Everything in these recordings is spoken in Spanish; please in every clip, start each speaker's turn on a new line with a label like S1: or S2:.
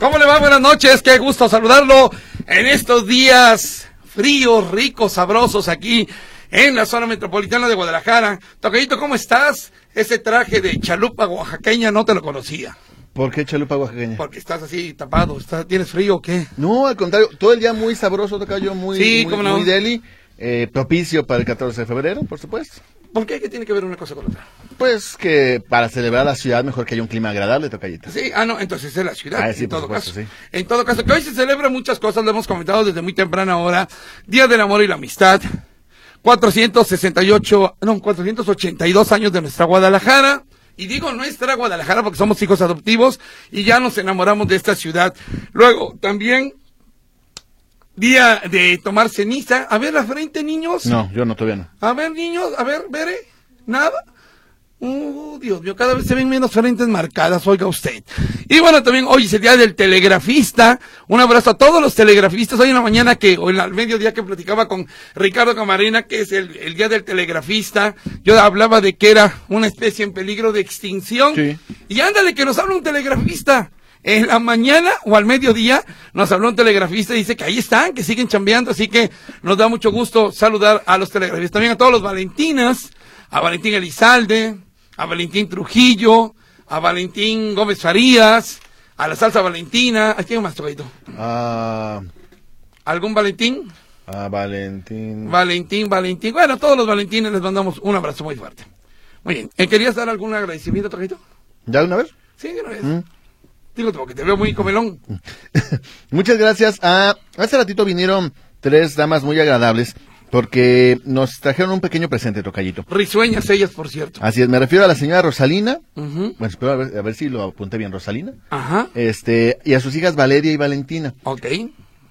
S1: ¿Cómo le va? Buenas noches, qué gusto saludarlo en estos días fríos, ricos, sabrosos aquí en la zona metropolitana de Guadalajara. Tocayito, ¿cómo estás? Ese traje de chalupa oaxaqueña no te lo conocía,
S2: ¿Por qué chalupa oaxaqueña?
S1: porque estás así tapado, ¿Estás- ¿tienes frío o qué?
S2: No, al contrario, todo el día muy sabroso, toca yo muy,
S1: Sí,
S2: muy,
S1: cómo no.
S2: muy deli, eh, propicio para el 14 de febrero, por supuesto.
S1: ¿Por qué? ¿Qué tiene que ver una cosa con otra?
S2: Pues que para celebrar la ciudad mejor que haya un clima agradable, tocayita.
S1: Sí, ah, no, entonces es la ciudad,
S2: Ah, sí,
S1: en
S2: por
S1: todo
S2: supuesto,
S1: caso.
S2: sí.
S1: En todo caso, que hoy se celebran muchas cosas, lo hemos comentado desde muy temprana hora. Día del Amor y la Amistad. 468, no, 482 años de nuestra Guadalajara. Y digo nuestra Guadalajara porque somos hijos adoptivos y ya nos enamoramos de esta ciudad. Luego, también, día de tomar ceniza. A ver la frente, niños.
S2: No, yo no, todavía no.
S1: A ver, niños, a ver, veré, nada. Uh, Dios mío, cada vez se ven menos frentes marcadas, oiga usted. Y bueno, también hoy es el día del telegrafista. Un abrazo a todos los telegrafistas. Hoy en la mañana que, o en el mediodía que platicaba con Ricardo Camarena, que es el, el día del telegrafista, yo hablaba de que era una especie en peligro de extinción.
S2: Sí.
S1: Y ándale, que nos habla un telegrafista. En la mañana o al mediodía nos habló un telegrafista y dice que ahí están, que siguen chambeando, así que nos da mucho gusto saludar a los telegrafistas. También a todos los Valentinas, a Valentín Elizalde, a Valentín Trujillo, a Valentín Gómez Farías, a la salsa Valentina. ¿A quién más, Tocaito?
S2: Ah,
S1: ¿Algún Valentín?
S2: ah, Valentín.
S1: Valentín, Valentín. Bueno, a todos los Valentines les mandamos un abrazo muy fuerte. Muy bien. ¿Eh, ¿Querías dar algún agradecimiento, Tocaito?
S2: ¿Ya de una vez?
S1: Sí, de una vez. Digo, porque te veo muy comelón.
S2: Muchas gracias. a- hace ratito vinieron tres damas muy agradables porque nos trajeron un pequeño presente, tocayito.
S1: Risueñas ellas, por cierto.
S2: Así es, me refiero a la señora Rosalina.
S1: Ujú.
S2: Bueno, espero a ver, a ver si lo apunté bien, Rosalina.
S1: Ajá.
S2: Este, y a sus hijas Valeria y Valentina.
S1: Ok.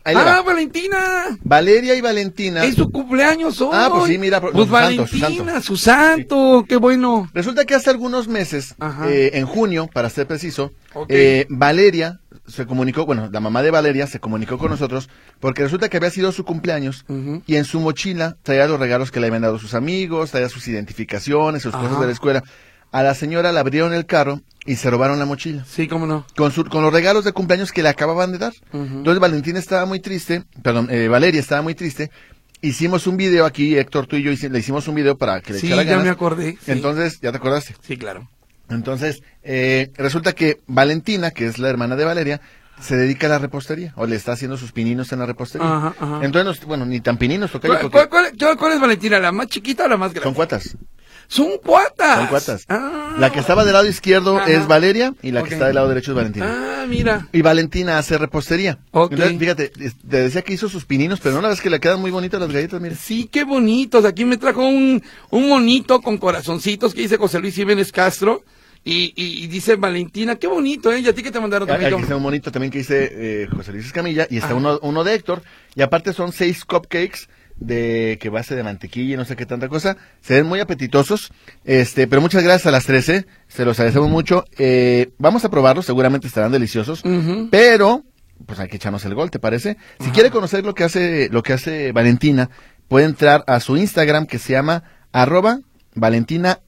S2: Ahí le
S1: ah,
S2: va.
S1: Valentina.
S2: Valeria y Valentina.
S1: Es su cumpleaños hoy.
S2: Ah, pues sí, mira,
S1: Pues
S2: su santo, su
S1: Valentina,
S2: santo.
S1: su santo. Qué bueno.
S2: Resulta que hace algunos meses,
S1: Ajá.
S2: eh, en junio, para ser preciso,
S1: Ok.
S2: eh, Valeria se comunicó, bueno, la mamá de Valeria se comunicó con nosotros porque resulta que había sido su cumpleaños
S1: Ujú.
S2: y en su mochila traía los regalos que le habían dado sus amigos, traía sus identificaciones, sus
S1: Ajá.
S2: cosas de la escuela. A la señora le abrieron el carro y se robaron la mochila.
S1: Sí, cómo no.
S2: con, su- con los regalos de cumpleaños que le acababan de dar.
S1: Ujú.
S2: Entonces Valentín estaba muy triste, perdón, eh, Valeria estaba muy triste. Hicimos un video aquí, Héctor, tú y yo hici- le hicimos un video para que le
S1: Sí,
S2: echara
S1: ya
S2: ganas.
S1: me acordé, sí.
S2: Entonces, ya te acordaste.
S1: Sí, claro.
S2: Entonces, eh, resulta que Valentina, que es la hermana de Valeria, se dedica a la repostería, o le está haciendo sus pininos en la repostería.
S1: Ajá, ajá.
S2: Entonces, nos- bueno, ni tan pininos toca
S1: ¿Cuál, cuál- cuál- yo- cuál es Valentina? ¿La más chiquita o la más grande?
S2: Son cuatas.
S1: Son cuatas.
S2: Son cuatas.
S1: Ah.
S2: La que estaba del lado izquierdo
S1: Ajá.
S2: es Valeria y la
S1: Ok.
S2: que está del lado derecho es Valentina.
S1: Ah, mira.
S2: Y Valentina hace repostería.
S1: Ok.
S2: Entonces, fíjate, es- te decía que hizo sus pininos, pero no la ves que le quedan muy bonitas las galletas, mira.
S1: Sí, qué bonitos. Aquí me trajo un, un monito con corazoncitos que dice José Luis Jiménez Castro. Y, y- y dice Valentina, qué bonito, ¿eh? ¿Y a ti que te mandaron
S2: Ah, Aquí
S1: Tocayo?
S2: está un bonito también que dice eh, José Luis Escamilla y está
S1: Ajá.
S2: uno, uno de Héctor. Y aparte son seis cupcakes de que base de mantequilla y no sé qué tanta cosa. Se ven muy apetitosos. Este, pero muchas gracias a las 13. Se los agradecemos mucho. Eh, vamos a probarlos, seguramente estarán deliciosos.
S1: Ujú.
S2: Pero, pues hay que echarnos el gol, ¿te parece? Si quiere conocer lo que hace, lo que hace Valentina, puede entrar a su Instagram que se llama arroba Valentina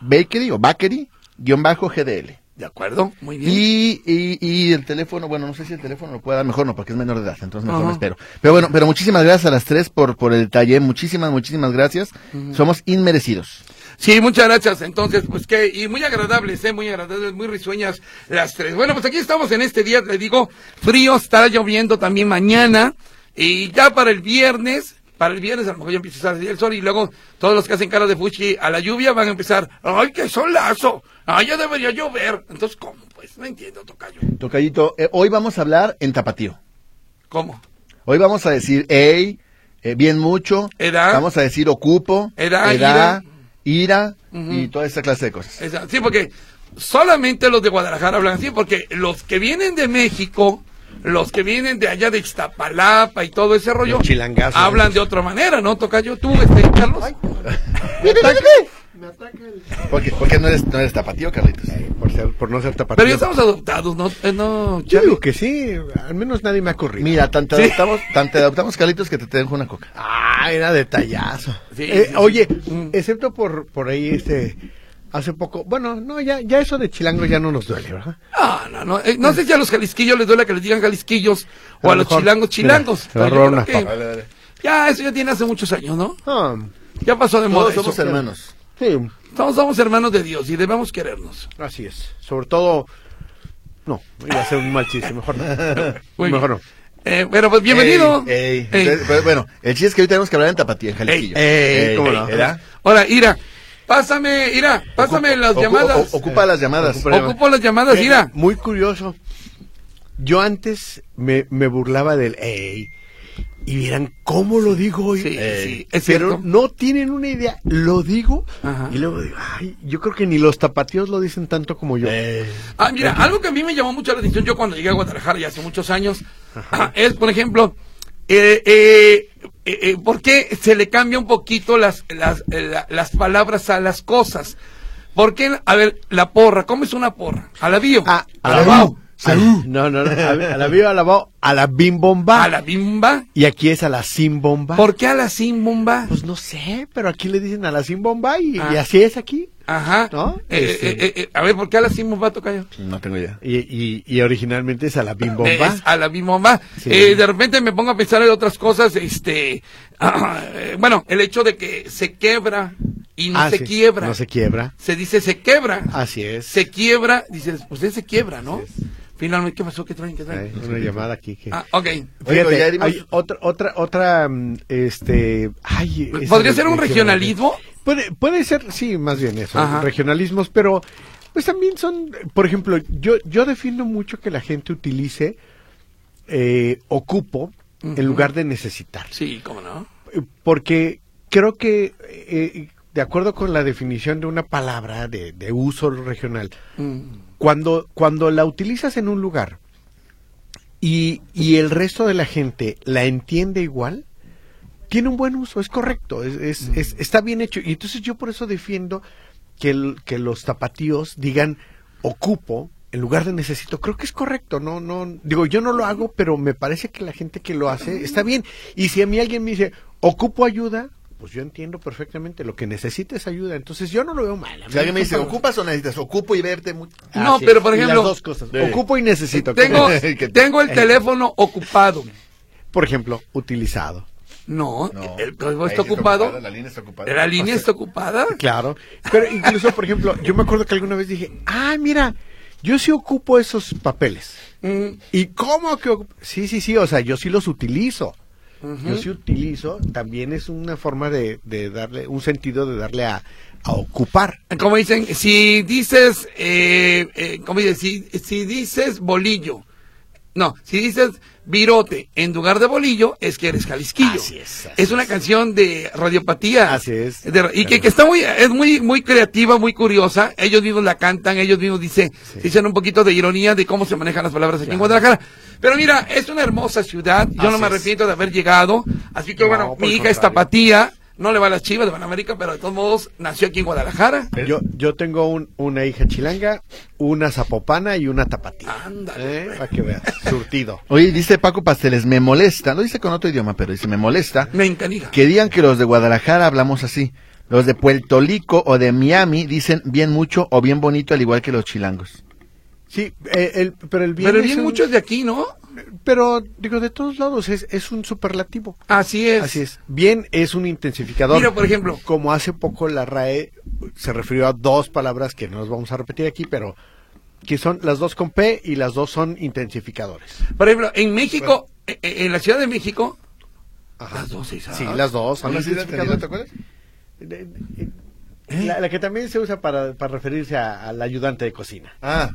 S2: Bakery o Bakery guión bajo GDL.
S1: De acuerdo, muy bien.
S2: Y, y, y el teléfono, bueno, no sé si el teléfono lo pueda dar, mejor no, porque es menor de edad, entonces mejor
S1: Ajá.
S2: me espero. Pero bueno, pero muchísimas gracias a las tres por, por el detalle, muchísimas, muchísimas gracias. Somos inmerecidos.
S1: Sí, muchas gracias. Entonces, pues que, y muy agradables, ¿eh? muy agradables, muy risueñas las tres. Bueno, pues aquí estamos en este día, le digo, frío, estará lloviendo también mañana. Y ya para el viernes, para el viernes a lo mejor ya empieza a salir el sol y luego todos los que hacen cara de fuchi a la lluvia van a empezar, ¡ay, qué solazo! ¡Ay, ya debería llover! Entonces, ¿cómo? Pues no entiendo, Tocayo.
S2: Tocayito, eh, hoy vamos a hablar en tapatío.
S1: ¿Cómo?
S2: Hoy vamos a decir, hey, bien mucho.
S1: Edad.
S2: Vamos a decir, ocupo.
S1: Edad,
S2: edad, ira y toda esa clase de cosas.
S1: Esa- Sí, porque solamente los de Guadalajara hablan así, porque los que vienen de México, los que vienen de allá de Iztapalapa y todo ese rollo,
S3: Los chilangazos.
S1: hablan de otra manera, ¿no? Toca yo, tú, este, Carlos.
S2: Porque, porque no eres, no eres tapatío, Carlitos.
S3: Por, ser- por no ser tapatío.
S1: Pero ya estamos adoptados, ¿no? Eh, no
S3: Yo
S1: Charlie.
S3: digo que sí, al menos nadie me ha corrido.
S2: Mira, tan te
S1: Sí.
S2: adoptamos, tan te adoptamos, Carlitos, que te, te dejo una coca.
S3: Ah, era detallazo.
S1: Sí,
S3: Eh,
S1: sí, sí.
S3: Oye,
S1: Mm.
S3: excepto por por ahí este hace poco, bueno, no ya ya eso de chilango ya no nos duele, ¿verdad?
S1: Ah, no, no, eh, no sé si a los jalisquillos les duele que les digan jalisquillos o
S3: A
S1: a,
S3: lo
S1: los
S3: mejor,
S1: chilangos
S3: mira,
S1: chilangos.
S3: se va a
S1: Yo
S3: robar
S1: creo
S3: unas
S1: que
S3: papas.
S1: Ya, eso ya tiene hace muchos años, ¿no?
S3: Ah,
S1: Ya pasó de moda.
S2: Todos somos
S1: eso.
S2: hermanos.
S3: sí,
S1: Todos somos hermanos de Dios y debemos querernos.
S3: así es. Sobre todo no, iba a ser un mal chiste, mejor no.
S1: Muy
S3: mejor
S1: bien.
S3: no.
S1: Eh, bueno, pues bienvenido.
S2: Ey, ey.
S1: Ey.
S2: Entonces, pero bueno, el chiste es que hoy tenemos que hablar en tapatía, en Jalisquillo.
S3: Ey, ey, ¿cómo no?
S2: ¿verdad?
S1: Ahora, Ira, pásame, Ira, pásame las
S2: Ocu-
S1: llamadas.
S2: o- ocupa las llamadas.
S3: Ocupa- problema.
S1: Ocupo las llamadas,
S3: Eh,
S1: Ira.
S3: Muy curioso. Yo antes me, me burlaba del ey. Y vieran cómo lo digo hoy.
S1: Sí, sí, es
S3: pero
S1: cierto.
S3: no tienen una idea. Lo digo
S1: Ajá.
S3: y luego digo, ay, yo creo que ni los tapatíos lo dicen tanto como yo.
S1: Ah, mira, algo que a mí me llamó mucho la atención yo cuando llegué a Guadalajara ya hace muchos años ah, es, por ejemplo, eh, eh, eh, eh, ¿por qué se le cambia un poquito las, las, eh, la- las palabras a las cosas? ¿Por qué, a ver, la porra? ¿Cómo es una porra? A la bio.
S3: Ah,
S1: Alabao.
S3: A- No, no, no. A, ver, a la viva, a la bao, a la bim bomba.
S1: A la bimba.
S3: Y aquí es a la sin bomba.
S1: ¿Por qué a la sin bomba?
S3: Pues no sé, pero aquí le dicen a la sin bomba y,
S1: Ah.
S3: y así es aquí.
S1: Ajá.
S3: ¿No?
S1: Eh,
S3: Este-
S1: eh, eh, eh, a ver, ¿por qué a la sin bomba toca yo?
S2: No tengo idea.
S3: Y, y- y originalmente es a la bim bomba.
S1: Eh, Es a la misma mamá.
S3: Sí.
S1: Eh, de repente me pongo a pensar en otras cosas, este, eh, bueno, el hecho de que se quebra y no
S3: Ah,
S1: se
S3: sí,
S1: quiebra.
S3: No
S1: se...
S3: se quiebra.
S1: dice se quebra,
S3: Así es.
S1: se quiebra, dices, usted se quiebra, ¿no? Finalmente, ¿qué pasó? ¿Qué traen? ¿Qué
S3: Ay,
S1: traen?
S3: una llamada aquí que...
S1: Ah, ok.
S3: Fíjate,
S2: Oye, ya dimos-
S3: hay otra, otra, otra, mm, este, ay, esa
S1: ¿Podría
S3: de-
S1: ser un
S3: de-
S1: regionalismo?
S3: Puede, puede ser, sí, más bien eso,
S1: Ajá.
S3: regionalismos, pero pues también son, por ejemplo, yo, yo defiendo mucho que la gente utilice eh, ocupo en lugar de necesitar,
S1: Sí, ¿cómo no?
S3: eh, porque creo que eh, de acuerdo con la definición de una palabra de, de uso regional,
S1: Mm.
S3: cuando, cuando la utilizas en un lugar y, y el resto de la gente la entiende igual, tiene un buen uso, es correcto, es, es- es- está bien hecho. Y entonces yo por eso defiendo que, el- que los tapatíos digan ocupo en lugar de necesito. Creo que es correcto, no, no, digo, yo no lo hago, pero me parece que la gente que lo hace está bien. Y si a mí alguien me dice ocupo ayuda, pues yo entiendo perfectamente lo que necesita es ayuda. Entonces yo no lo veo mal. A mí
S2: Si alguien me
S3: no
S2: dice,
S3: pasa nada.
S2: ¿ocupas o necesitas? Ocupo y verte mucho. Ah,
S1: No,
S3: Así
S1: pero,
S3: es.
S1: por
S3: Y las
S1: ejemplo,
S3: dos cosas.
S2: Sí.
S3: Ocupo y necesito.
S1: Tengo,
S2: Que-
S1: tengo el
S3: Eh.
S1: teléfono ocupado.
S3: Por ejemplo, utilizado.
S1: No,
S2: No,
S1: el teléfono está
S2: ahí sí está
S1: ocupado.
S2: ocupada, la línea está ocupada.
S1: La línea está ocupada.
S3: Claro. Pero incluso, por ejemplo, yo me acuerdo que alguna vez dije, ah, mira, yo sí ocupo esos papeles.
S1: Mm.
S3: ¿Y cómo que ocupo? Sí, sí, sí, o sea, yo sí los utilizo. Yo sí utilizo, también es una forma de, de darle, un sentido de darle a, a ocupar.
S1: Como dicen, si dices, eh, eh, ¿cómo dices? Si, si dices bolillo, no, si dices virote en lugar de bolillo, es que eres jalisquillo.
S3: Así es, así
S1: es una canción de radiopatía.
S3: Así es.
S1: De- y que, que está muy, es muy, muy creativa, muy curiosa. Ellos mismos la cantan, ellos mismos dicen, dicen un poquito de ironía de cómo se manejan las palabras aquí en Guadalajara. Pero mira, es una hermosa ciudad. Yo no
S3: Así
S1: me
S3: es.
S1: arrepiento de haber llegado. Así que
S3: No,
S1: bueno,
S3: por
S1: mi
S3: el
S1: hija es
S3: contrario.
S1: tapatía. No le va a las chivas de América, pero de todos modos nació aquí en Guadalajara.
S3: Yo, yo tengo un- una hija chilanga, una zapopana y una tapatía.
S1: Ándale,
S3: Para que veas, surtido.
S2: Oye, dice Paco Pasteles, me molesta, no dice con otro idioma, pero dice, me molesta
S1: Me encanija.
S2: que digan que los de Guadalajara hablamos así. Los de Puerto Rico o de Miami dicen bien mucho o bien bonito, al igual que los chilangos.
S3: Sí, eh, el- pero el bien,
S1: Pero
S3: es
S1: bien
S3: un-
S1: muchos de aquí, ¿no?
S3: Pero digo, de todos lados es, es un superlativo.
S1: Así es.
S3: Así es. Bien es un intensificador.
S1: Mira, por ejemplo.
S3: Como hace poco la RAE se refirió a dos palabras que no las vamos a repetir aquí, pero que son las dos con P y las dos son intensificadores.
S1: Por ejemplo, en México, eh, eh, en la Ciudad de México,
S3: Ajá.
S1: las dos, Isaac.
S3: Sí, las dos Ah, son intensificadores. Eh,
S2: acuerdas?
S3: De- de- La, la que también se usa para, para referirse a- al ayudante de cocina.
S2: Ah,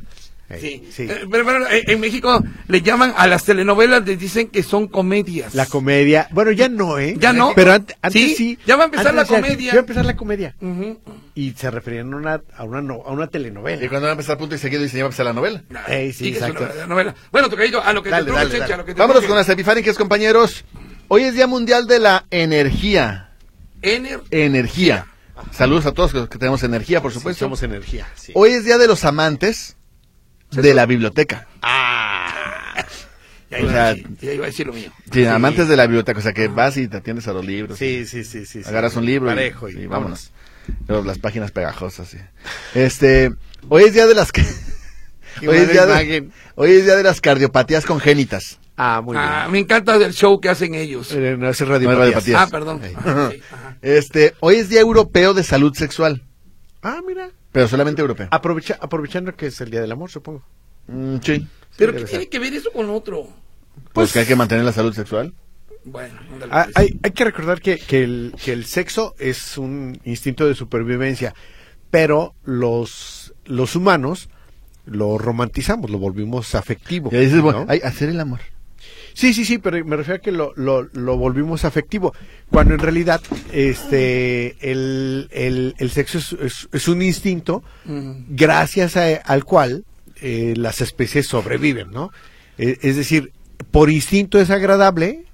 S1: Sí.
S3: sí.
S1: Eh, pero, pero, eh, en México le llaman a las telenovelas, les dicen que son comedias.
S3: La comedia. Bueno, ya no, ¿eh?
S1: Ya no.
S3: Pero ant- antes
S1: Sí,
S3: sí.
S1: ya va a empezar
S3: Antes
S1: la
S3: decían,
S1: comedia.
S3: Ya va a empezar la comedia.
S1: Ujú.
S3: Y se referían a una, a una, no- a una telenovela.
S2: Y cuando va a empezar punto y seguido y se lleva a empezar la novela.
S3: Ey, sí,
S1: Y que Ah, es
S3: exacto.
S1: una novela. Bueno, tocadito, a lo que
S2: Dale,
S1: te
S2: dale,
S1: truque,
S2: dale.
S1: Checha, a lo que te
S2: Vámonos
S1: truque.
S2: con las epifánicas, compañeros. Hoy es Día Mundial de la Energía.
S1: Ener-
S2: Energía. Saludos a todos que que tenemos energía, por
S3: Pues
S2: supuesto.
S3: somos energía. sí.
S2: Hoy es Día de los Amantes de la Biblioteca.
S3: Ah.
S1: Ya iba
S2: O sea,
S1: a decir- ya iba a decir lo mío.
S2: Sí, amantes de la biblioteca, o sea que vas y te atiendes a los
S1: pues,
S2: libros.
S3: Sí, sí, sí, sí. sí.
S2: agarras un libro
S3: Parejo
S2: y, y vámonos. Pero las páginas pegajosas, sí. Este, hoy es día de las ca- hoy, es
S3: buena
S2: día de,
S3: imagen.
S2: hoy es día de las cardiopatías congénitas.
S3: Ah, muy
S1: Ah, me encanta el show que hacen ellos.
S3: bien. Eh, No es
S2: No
S3: radio.
S2: es radiopatías.
S1: Ah, perdón.
S2: Ey.
S1: Ajá, sí, ajá.
S2: Este, hoy es día europeo de salud sexual,
S3: Ah, mira.
S2: pero solamente europeo.
S1: Ah.
S3: Aprovecha, aprovechando que es el Día del Amor, supongo.
S2: Mm, sí.
S3: Sí,
S1: Pero ¿qué
S3: debe
S1: tiene
S3: ser.
S1: que ver eso con otro?
S2: Pues que hay que mantener la salud sexual.
S1: Bueno, ándale,
S3: Ah,
S1: pues.
S3: hay, hay que recordar que, que el, que el sexo es un instinto de supervivencia, pero los, los humanos lo romantizamos, lo volvimos afectivo.
S2: Y ahí dices, bueno,
S3: ¿no?
S2: hay hacer el amor.
S3: Sí, sí, sí, pero me refiero a que lo, lo, lo volvimos afectivo, cuando en realidad este el, el, el sexo es, es- es un instinto
S1: Mm.
S3: gracias a- al cual eh, las especies sobreviven, ¿no? Eh, es decir, por instinto es agradable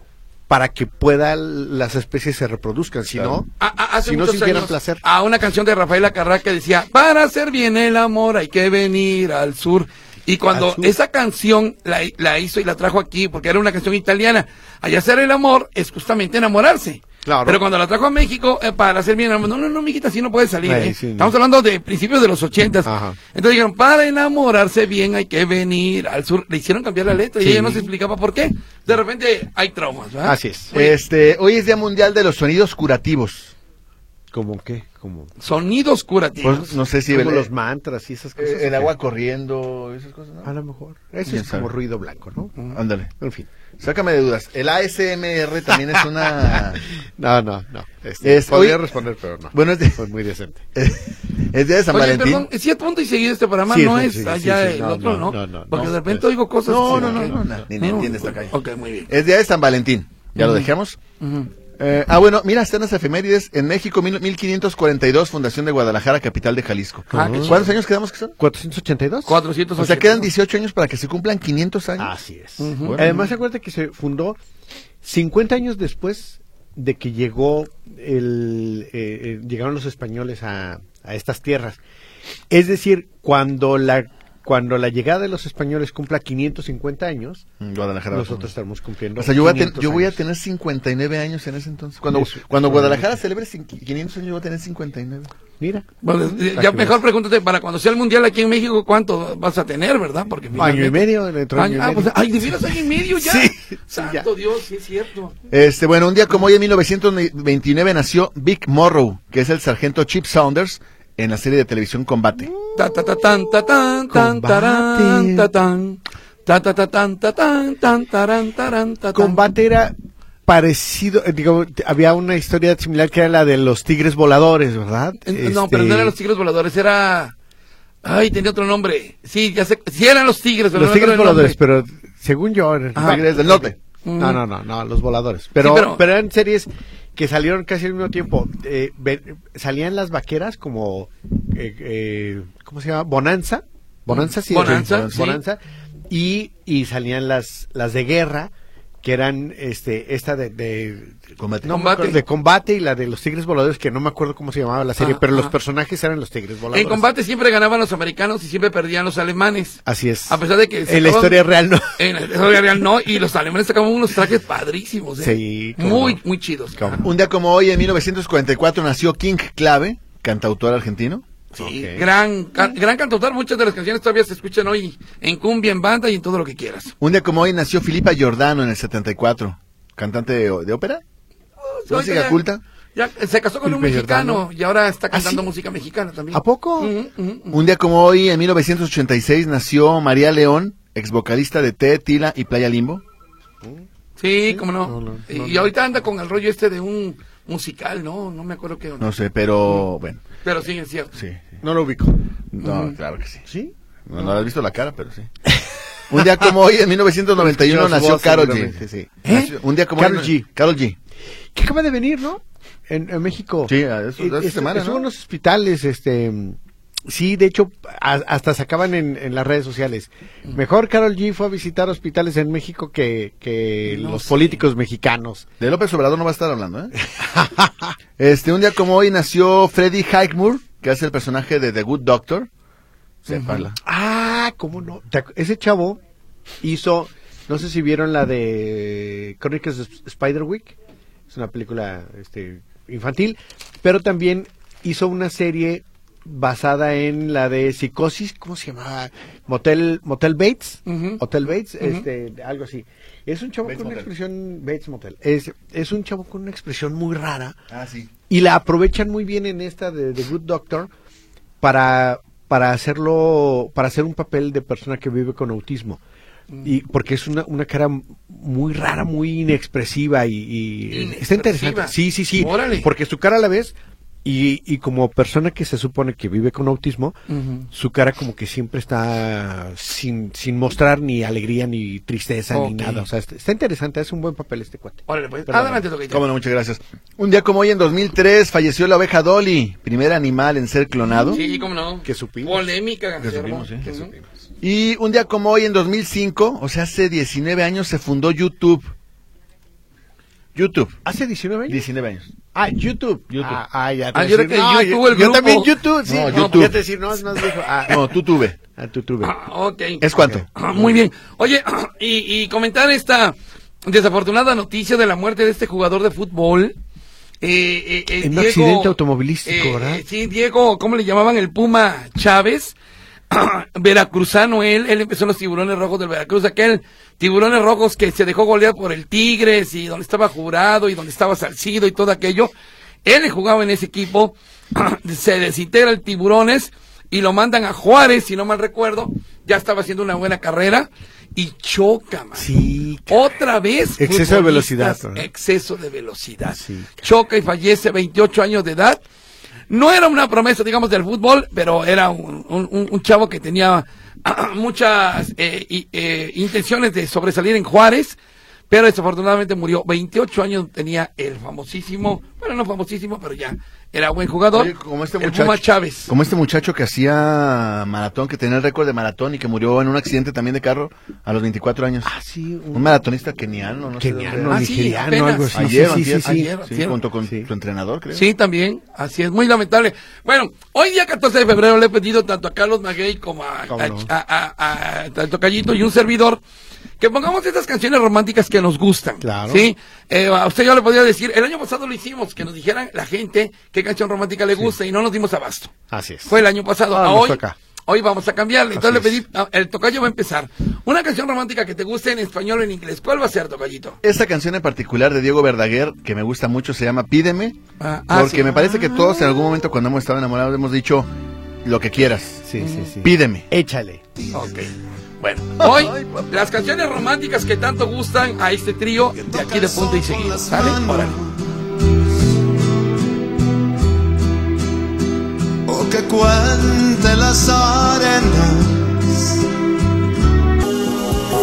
S3: para que puedan las especies se reproduzcan, si
S2: Claro.
S3: no,
S1: Ah, ah, hace
S3: si no
S1: muchos
S3: sintieran
S1: años,
S3: placer.
S1: A una canción de Rafaela Carrá que decía, para hacer bien el amor hay que venir al sur. Y cuando
S3: Al sur.
S1: esa canción la, la hizo y la trajo aquí, porque era una canción italiana, allá hacer el amor es justamente enamorarse.
S3: Claro.
S1: Pero cuando la trajo a México, eh, para hacer bien el amor, no, no, no, mijita, así no puede salir.
S3: Ay,
S1: ¿eh?
S3: sí, no.
S1: Estamos hablando de principios de los ochentas.
S3: Ajá.
S1: Entonces dijeron, para enamorarse bien hay que venir al sur. Le hicieron cambiar la letra y ella no se explicaba por qué. De repente hay traumas, ¿verdad?
S3: Así es.
S2: Este, hoy es día mundial de los sonidos curativos.
S3: ¿Como qué? Como,
S1: Sonidos curativos.
S2: Pues, no sé si
S3: como
S2: el,
S3: los mantras y esas
S2: eh,
S3: cosas. ¿o
S2: el
S3: qué?
S2: agua corriendo, esas cosas,
S3: A
S2: ¿no?
S3: lo mejor. Eso
S2: Quién
S3: es como
S2: sabe.
S3: ruido blanco, ¿no?
S2: Ah, Ándale.
S3: En fin.
S2: Sácame de dudas. El ASMR también es una.
S3: No, no, no.
S2: Es-
S3: podría
S2: hoy-
S3: responder, pero no.
S2: Bueno, es de,
S3: Fue muy decente.
S2: es día de San
S1: Oye,
S2: Valentín.
S1: perdón, si es punto y seguido este programa,
S3: Sí,
S1: no
S3: sí,
S1: es
S3: sí,
S1: allá
S3: sí, sí,
S1: el
S3: no,
S1: otro, ¿no?
S3: no, no, no,
S1: Porque
S3: no,
S1: de repente
S3: es-
S1: oigo cosas.
S2: No,
S1: así,
S2: no, no,
S1: ¿ok?
S2: no, no, ni- ni entiendes,
S1: bueno,
S2: tocayo.
S1: Ok, muy bien.
S2: Es día de San Valentín. Ya lo dejamos.
S1: Ujú.
S2: Eh, ah, bueno, mira, están las efemérides. En México, mil- 1542, Fundación de Guadalajara, capital de Jalisco.
S1: Ah, qué
S2: ¿Cuántos años quedamos que son?
S3: 482.
S1: 400.
S2: O sea, quedan 18 años para que se cumplan 500 años.
S3: Así es.
S1: Ujú.
S2: Bueno.
S3: Además, acuérdate que se fundó 50 años después de que llegó el, eh, eh, llegaron los españoles a, a estas tierras. Es decir, cuando la cuando la llegada de los españoles cumpla 550 años,
S2: Mm, Guadalajara.
S3: nosotros estaremos cumpliendo.
S2: O sea, yo voy, a, ten-
S3: 500
S2: yo voy a
S3: años.
S2: tener 59 años en ese entonces. Cuando,
S3: Eso.
S2: cuando Guadalajara celebre cin- 500 años, yo voy a tener 59.
S3: Mira.
S1: Bueno, eh,
S3: Para
S1: ya
S3: que
S1: mejor pregúntate, para cuando sea el mundial aquí en México, ¿cuánto vas a tener, verdad? Porque
S3: Año y
S1: finalmente-
S3: medio, dentro de año
S1: Año-
S3: y
S1: ah,
S3: medio.
S1: pues, ay, de veras año y medio ya.
S3: Sí, sí,
S1: Santo Dios, sí es cierto.
S2: Este, bueno, un día como hoy en 1929 nació Vic Morrow, que es el sargento Chip Saunders en la serie de televisión Combate.
S1: Ta ta ta tan ta tan tan
S3: Combate.
S1: tarán, ta tan. Ta ta ta tan ta tan tan tarán, tarán, ta tan.
S3: combate era parecido, eh, digo, t- había una historia similar que era la de los tigres voladores, ¿verdad?
S1: Eh, No,
S3: Este,
S1: pero no eran los tigres voladores, era. Ay, tenía otro nombre. Sí, ya sé. Sí, eran los tigres, pero
S3: los
S1: no me
S3: tigres
S1: acuerdo el
S3: voladores,
S1: nombre.
S3: pero según yo eran-
S1: Ajá.
S2: Tigres del Norte.
S3: No, no, no, no, los voladores. Pero,
S1: Ah. Mm. pero-
S3: pero... eran series que salieron casi al mismo tiempo. Eh, ve- salían las vaqueras como, eh, eh, ¿cómo se llama? Bonanza. Bonanza, sí.
S1: Bonanza, sí.
S3: Bonanza. Y, y salían las, las de guerra, que eran este, esta de... de-
S2: Combate.
S3: no me
S1: Combate.
S3: acuerdo, de combate y la de los tigres voladores, que no me acuerdo cómo se llamaba la serie,
S1: Ah,
S3: pero los
S1: ah.
S3: personajes eran los tigres voladores.
S1: En combate siempre ganaban los americanos y siempre perdían los alemanes.
S3: Así es.
S1: A pesar de que se
S3: En la
S1: acaban-
S3: historia real no.
S1: En la historia real no, y los alemanes sacaban unos trajes padrísimos. ¿eh?
S3: Sí, cómo
S1: Muy,
S3: no.
S1: muy chidos.
S3: Cómo no.
S2: Un día como hoy en 1944 nació King Clave, cantautor argentino.
S1: Sí,
S3: Ok.
S1: gran, ca- gran cantautor. Muchas de las canciones todavía se escuchan hoy en cumbia, en banda y en todo lo que quieras.
S2: Un día como hoy nació Filipa Giordano en el 74, cantante de, de ópera. Música
S1: ya-
S2: culta.
S1: Ya, eh, se casó con un
S3: Felipe
S1: mexicano
S3: Giordano.
S1: y ahora está
S3: ¿Ah, sí?
S1: cantando música mexicana también.
S3: ¿A poco?
S1: Ujú, ujú.
S2: Un día como hoy en 1986 nació María León, ex vocalista de T, Tila y Playa Limbo.
S1: Sí, cómo no.
S3: No, no,
S1: y,
S3: no,
S1: y
S3: no.
S1: ahorita anda con el rollo este de un musical, ¿no? No me acuerdo qué.
S3: Ah.
S1: onda.
S2: No sé, pero bueno,
S1: Pero sí, es cierto.
S2: sí. sí.
S3: No lo ubico.
S2: No, claro que sí.
S3: ¿Sí?
S2: No, no has visto la cara, pero sí. Un día como hoy, en 1991,
S3: Escuchó su
S2: nació
S3: voz,
S2: Carol G.
S3: seguramente, sí.
S2: ¿Eh? Nació- Un día como
S3: Karol
S2: hoy.
S3: G.
S2: Carol G.
S3: que acaba de venir, ¿no? En, en México.
S2: Sí, a eso-
S3: Eh,
S2: hace
S3: estu-
S2: semana,
S3: Estuvo
S2: ¿no?
S3: en los hospitales, este... mm, Sí, de hecho, a- hasta sacaban en, en las redes sociales.
S2: Mm.
S3: Mejor Carol G fue a visitar hospitales en México que, que
S1: No
S3: los
S1: sé.
S3: políticos mexicanos.
S2: De López Obrador no va a estar hablando, ¿eh? este, un día como hoy nació Freddy Highmore, que hace el personaje de The Good Doctor. Sépala.
S3: Ah, ¿cómo no? ¿Te acu- Ese chavo hizo, no sé si vieron la de Crónicas de Sp- Spiderwick, es una película este, infantil, pero también hizo una serie basada en la de Psicosis, ¿cómo se llamaba? Motel, Motel Bates,
S1: Ujú.
S3: Hotel Bates,
S1: Ujú.
S3: este, algo así. Es un chavo
S2: Bates
S3: con una
S2: Motel.
S3: expresión, Bates Motel, es, es un chavo con una expresión muy rara
S2: Ah, sí.
S3: y la aprovechan muy bien en esta de The Good Doctor para para hacerlo para hacer un papel de persona que vive con autismo
S1: Mm.
S3: y porque es una, una cara muy rara muy inexpresiva y, y- está
S1: Inexpresiva.
S3: interesante sí sí sí
S1: Órale.
S3: porque su cara a la vez y, y como persona que se supone que vive con autismo
S1: Ujú.
S3: su cara como que siempre está sin, sin mostrar ni alegría ni tristeza
S1: Ok.
S3: ni nada o sea está, está interesante es un buen papel este cuate
S1: Órale, pues.
S3: Perdón.
S1: Adelante, Tocayo.
S2: Cómo no, muchas gracias. Un día como hoy, en 2003, falleció la oveja Dolly, primer animal en ser clonado.
S1: Sí, cómo no.
S3: Que supimos. eh?
S1: Polémica.
S2: Que
S1: ¿cierto?
S2: supimos, sí, que
S1: Ujú.
S2: Y un día como hoy, en 2005, o sea, hace 19 años, se fundó YouTube. YouTube.
S3: hace 19 años
S2: 19 años.
S3: Ah, YouTube.
S2: YouTube.
S3: Ah, ah, ya te
S1: Ah,
S3: iba
S1: yo
S3: a decir,
S1: creo que YouTube, el
S3: yo, yo
S1: grupo.
S3: también YouTube, sí.
S2: No,
S3: No,
S2: YouTube.
S3: Ya te decir, no, es más viejo. Ah,
S2: No, tú tuve.
S3: a tu tuve.
S1: Ah, ok.
S2: ¿Es cuánto?
S1: Ah, Muy bien. Oye, y, y comentar esta desafortunada noticia de la muerte de este jugador de fútbol. Eh, eh, eh,
S3: En un accidente automovilístico, ¿verdad?
S1: Sí, Diego, ¿cómo le llamaban? El Puma Chávez. Veracruzano, él, él empezó en los tiburones rojos del Veracruz, aquel tiburones rojos que se dejó golear por el Tigres y donde estaba jurado y donde estaba Salcido y todo aquello. Él jugaba en ese equipo, se desintegra el tiburones y lo mandan a Juárez, si no mal recuerdo, ya estaba haciendo una buena carrera y choca, man.
S3: Sí.
S1: Otra vez.
S3: Exceso de
S1: futbolistas,
S3: velocidad, ¿no?
S1: Exceso de velocidad.
S3: Sí.
S1: Choca y fallece, 28 años de edad. No era una promesa, digamos, del fútbol, pero era un, un- un- un chavo que tenía muchas eh, i- eh, intenciones de sobresalir en Juárez, pero desafortunadamente murió. 28 años tenía el famosísimo, bueno, no famosísimo, pero ya era buen jugador.
S2: Oye, como este
S1: el
S2: muchacho.
S1: Puma Chávez.
S2: Como este muchacho que hacía maratón, que tenía el récord de maratón y que murió en un accidente también de carro a los 24 años.
S3: Ah, sí.
S2: Un maratonista keniano, no sé dónde
S3: Keniano,
S2: era.
S1: Ah, sí,
S3: nigeriano,
S1: apenas.
S3: algo así.
S2: Ayer,
S3: sí, sí, sí,
S2: antier,
S3: sí.
S1: ayer.
S2: sí,
S1: antier.
S2: junto con
S3: Sí.
S2: su entrenador, creo.
S1: Sí, también, así es, muy lamentable. Bueno, hoy día 14 de febrero le he pedido tanto a Carlos Maguey como a,
S3: ¿Cómo
S1: a-
S3: no?
S1: a- a- a- tanto Callito y un servidor que pongamos estas canciones románticas que nos gustan.
S3: Claro.
S1: Sí, Eh, a usted yo le podría decir, el año pasado lo hicimos, que nos dijeran la gente qué canción romántica le gusta y no nos dimos abasto.
S3: Así es.
S1: Fue el año pasado,
S3: Ah,
S1: a
S3: nos
S1: hoy.
S3: toca.
S1: Hoy vamos a cambiarle. Entonces
S3: Así
S1: le pedí, a- el tocayo va a empezar. Una canción romántica que te guste en español o en inglés. ¿Cuál va a ser, tocayito?
S2: Esta canción en particular de Diego Verdaguer, que me gusta mucho, se llama Pídeme,
S1: Ah, ah,
S2: porque
S1: sí.
S2: me parece que todos en algún momento cuando hemos estado enamorados hemos dicho lo que quieras,
S3: Sí, sí, sí.
S2: pídeme.
S3: Échale.
S1: Ok. Bueno, hoy las canciones románticas que tanto gustan a este trío de aquí de punto y seguido. ¿Sale? Órale.
S4: o que cuente las arenas.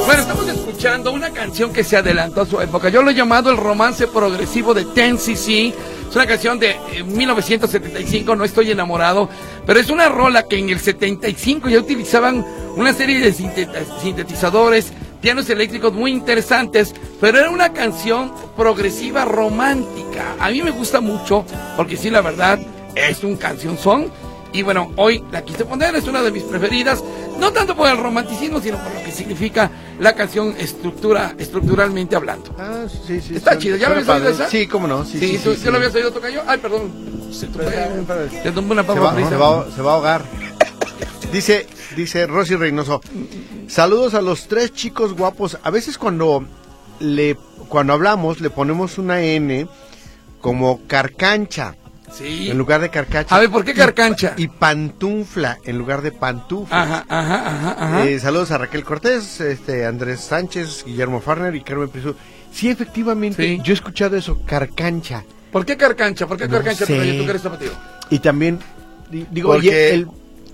S1: Bueno, estamos escuchando una canción que se adelantó a su época. Yo lo he llamado el romance progresivo de Ten CC. Es una canción de eh, 1975, No estoy enamorado, pero es una rola que en el 75 ya utilizaban una serie de sinteta- sintetizadores, pianos eléctricos muy interesantes, pero era una canción progresiva romántica. A mí me gusta mucho porque sí, la verdad, es un canción son. Y bueno, hoy la quise poner, es una de mis preferidas, no tanto por el romanticismo, sino por lo que significa la canción estructura, estructuralmente hablando.
S3: Ah, sí, sí.
S1: Está
S3: son-
S1: chido, ¿ya
S3: son
S1: lo habías oído
S3: padres.
S1: esa?
S3: Sí, cómo no. Sí,
S1: Sí,
S3: sí,
S1: ¿tú,
S3: sí,
S1: ¿tú
S3: sí.
S1: lo habías oído, Tocayo? Ay, perdón.
S3: Se va-
S1: Te tomé una
S3: se
S1: papa
S3: va,
S1: frita.
S3: se va a ahogar. Dice, dice Rosy Reynoso. Saludos a los tres chicos guapos. A veces cuando le cuando hablamos le ponemos una N como carcancha.
S1: Sí.
S3: En lugar de carcacha.
S1: A ver, ¿por qué
S3: Y-
S1: carcancha?
S3: Y, pantufla en lugar de pantufla.
S1: Ajá, ajá, ajá, ajá.
S3: Eh, saludos a Raquel Cortés, este, Andrés Sánchez, Guillermo Farner y Carmen Prisú. Sí, efectivamente,
S1: Sí.
S3: yo he escuchado eso, carcancha.
S1: ¿Por qué carcancha? ¿Por qué
S3: no
S1: carcancha,
S3: sé.
S1: Tocayo? ¿Tú que eres tapatío?
S3: Y también, di- digo,
S2: Porque
S3: oye, el-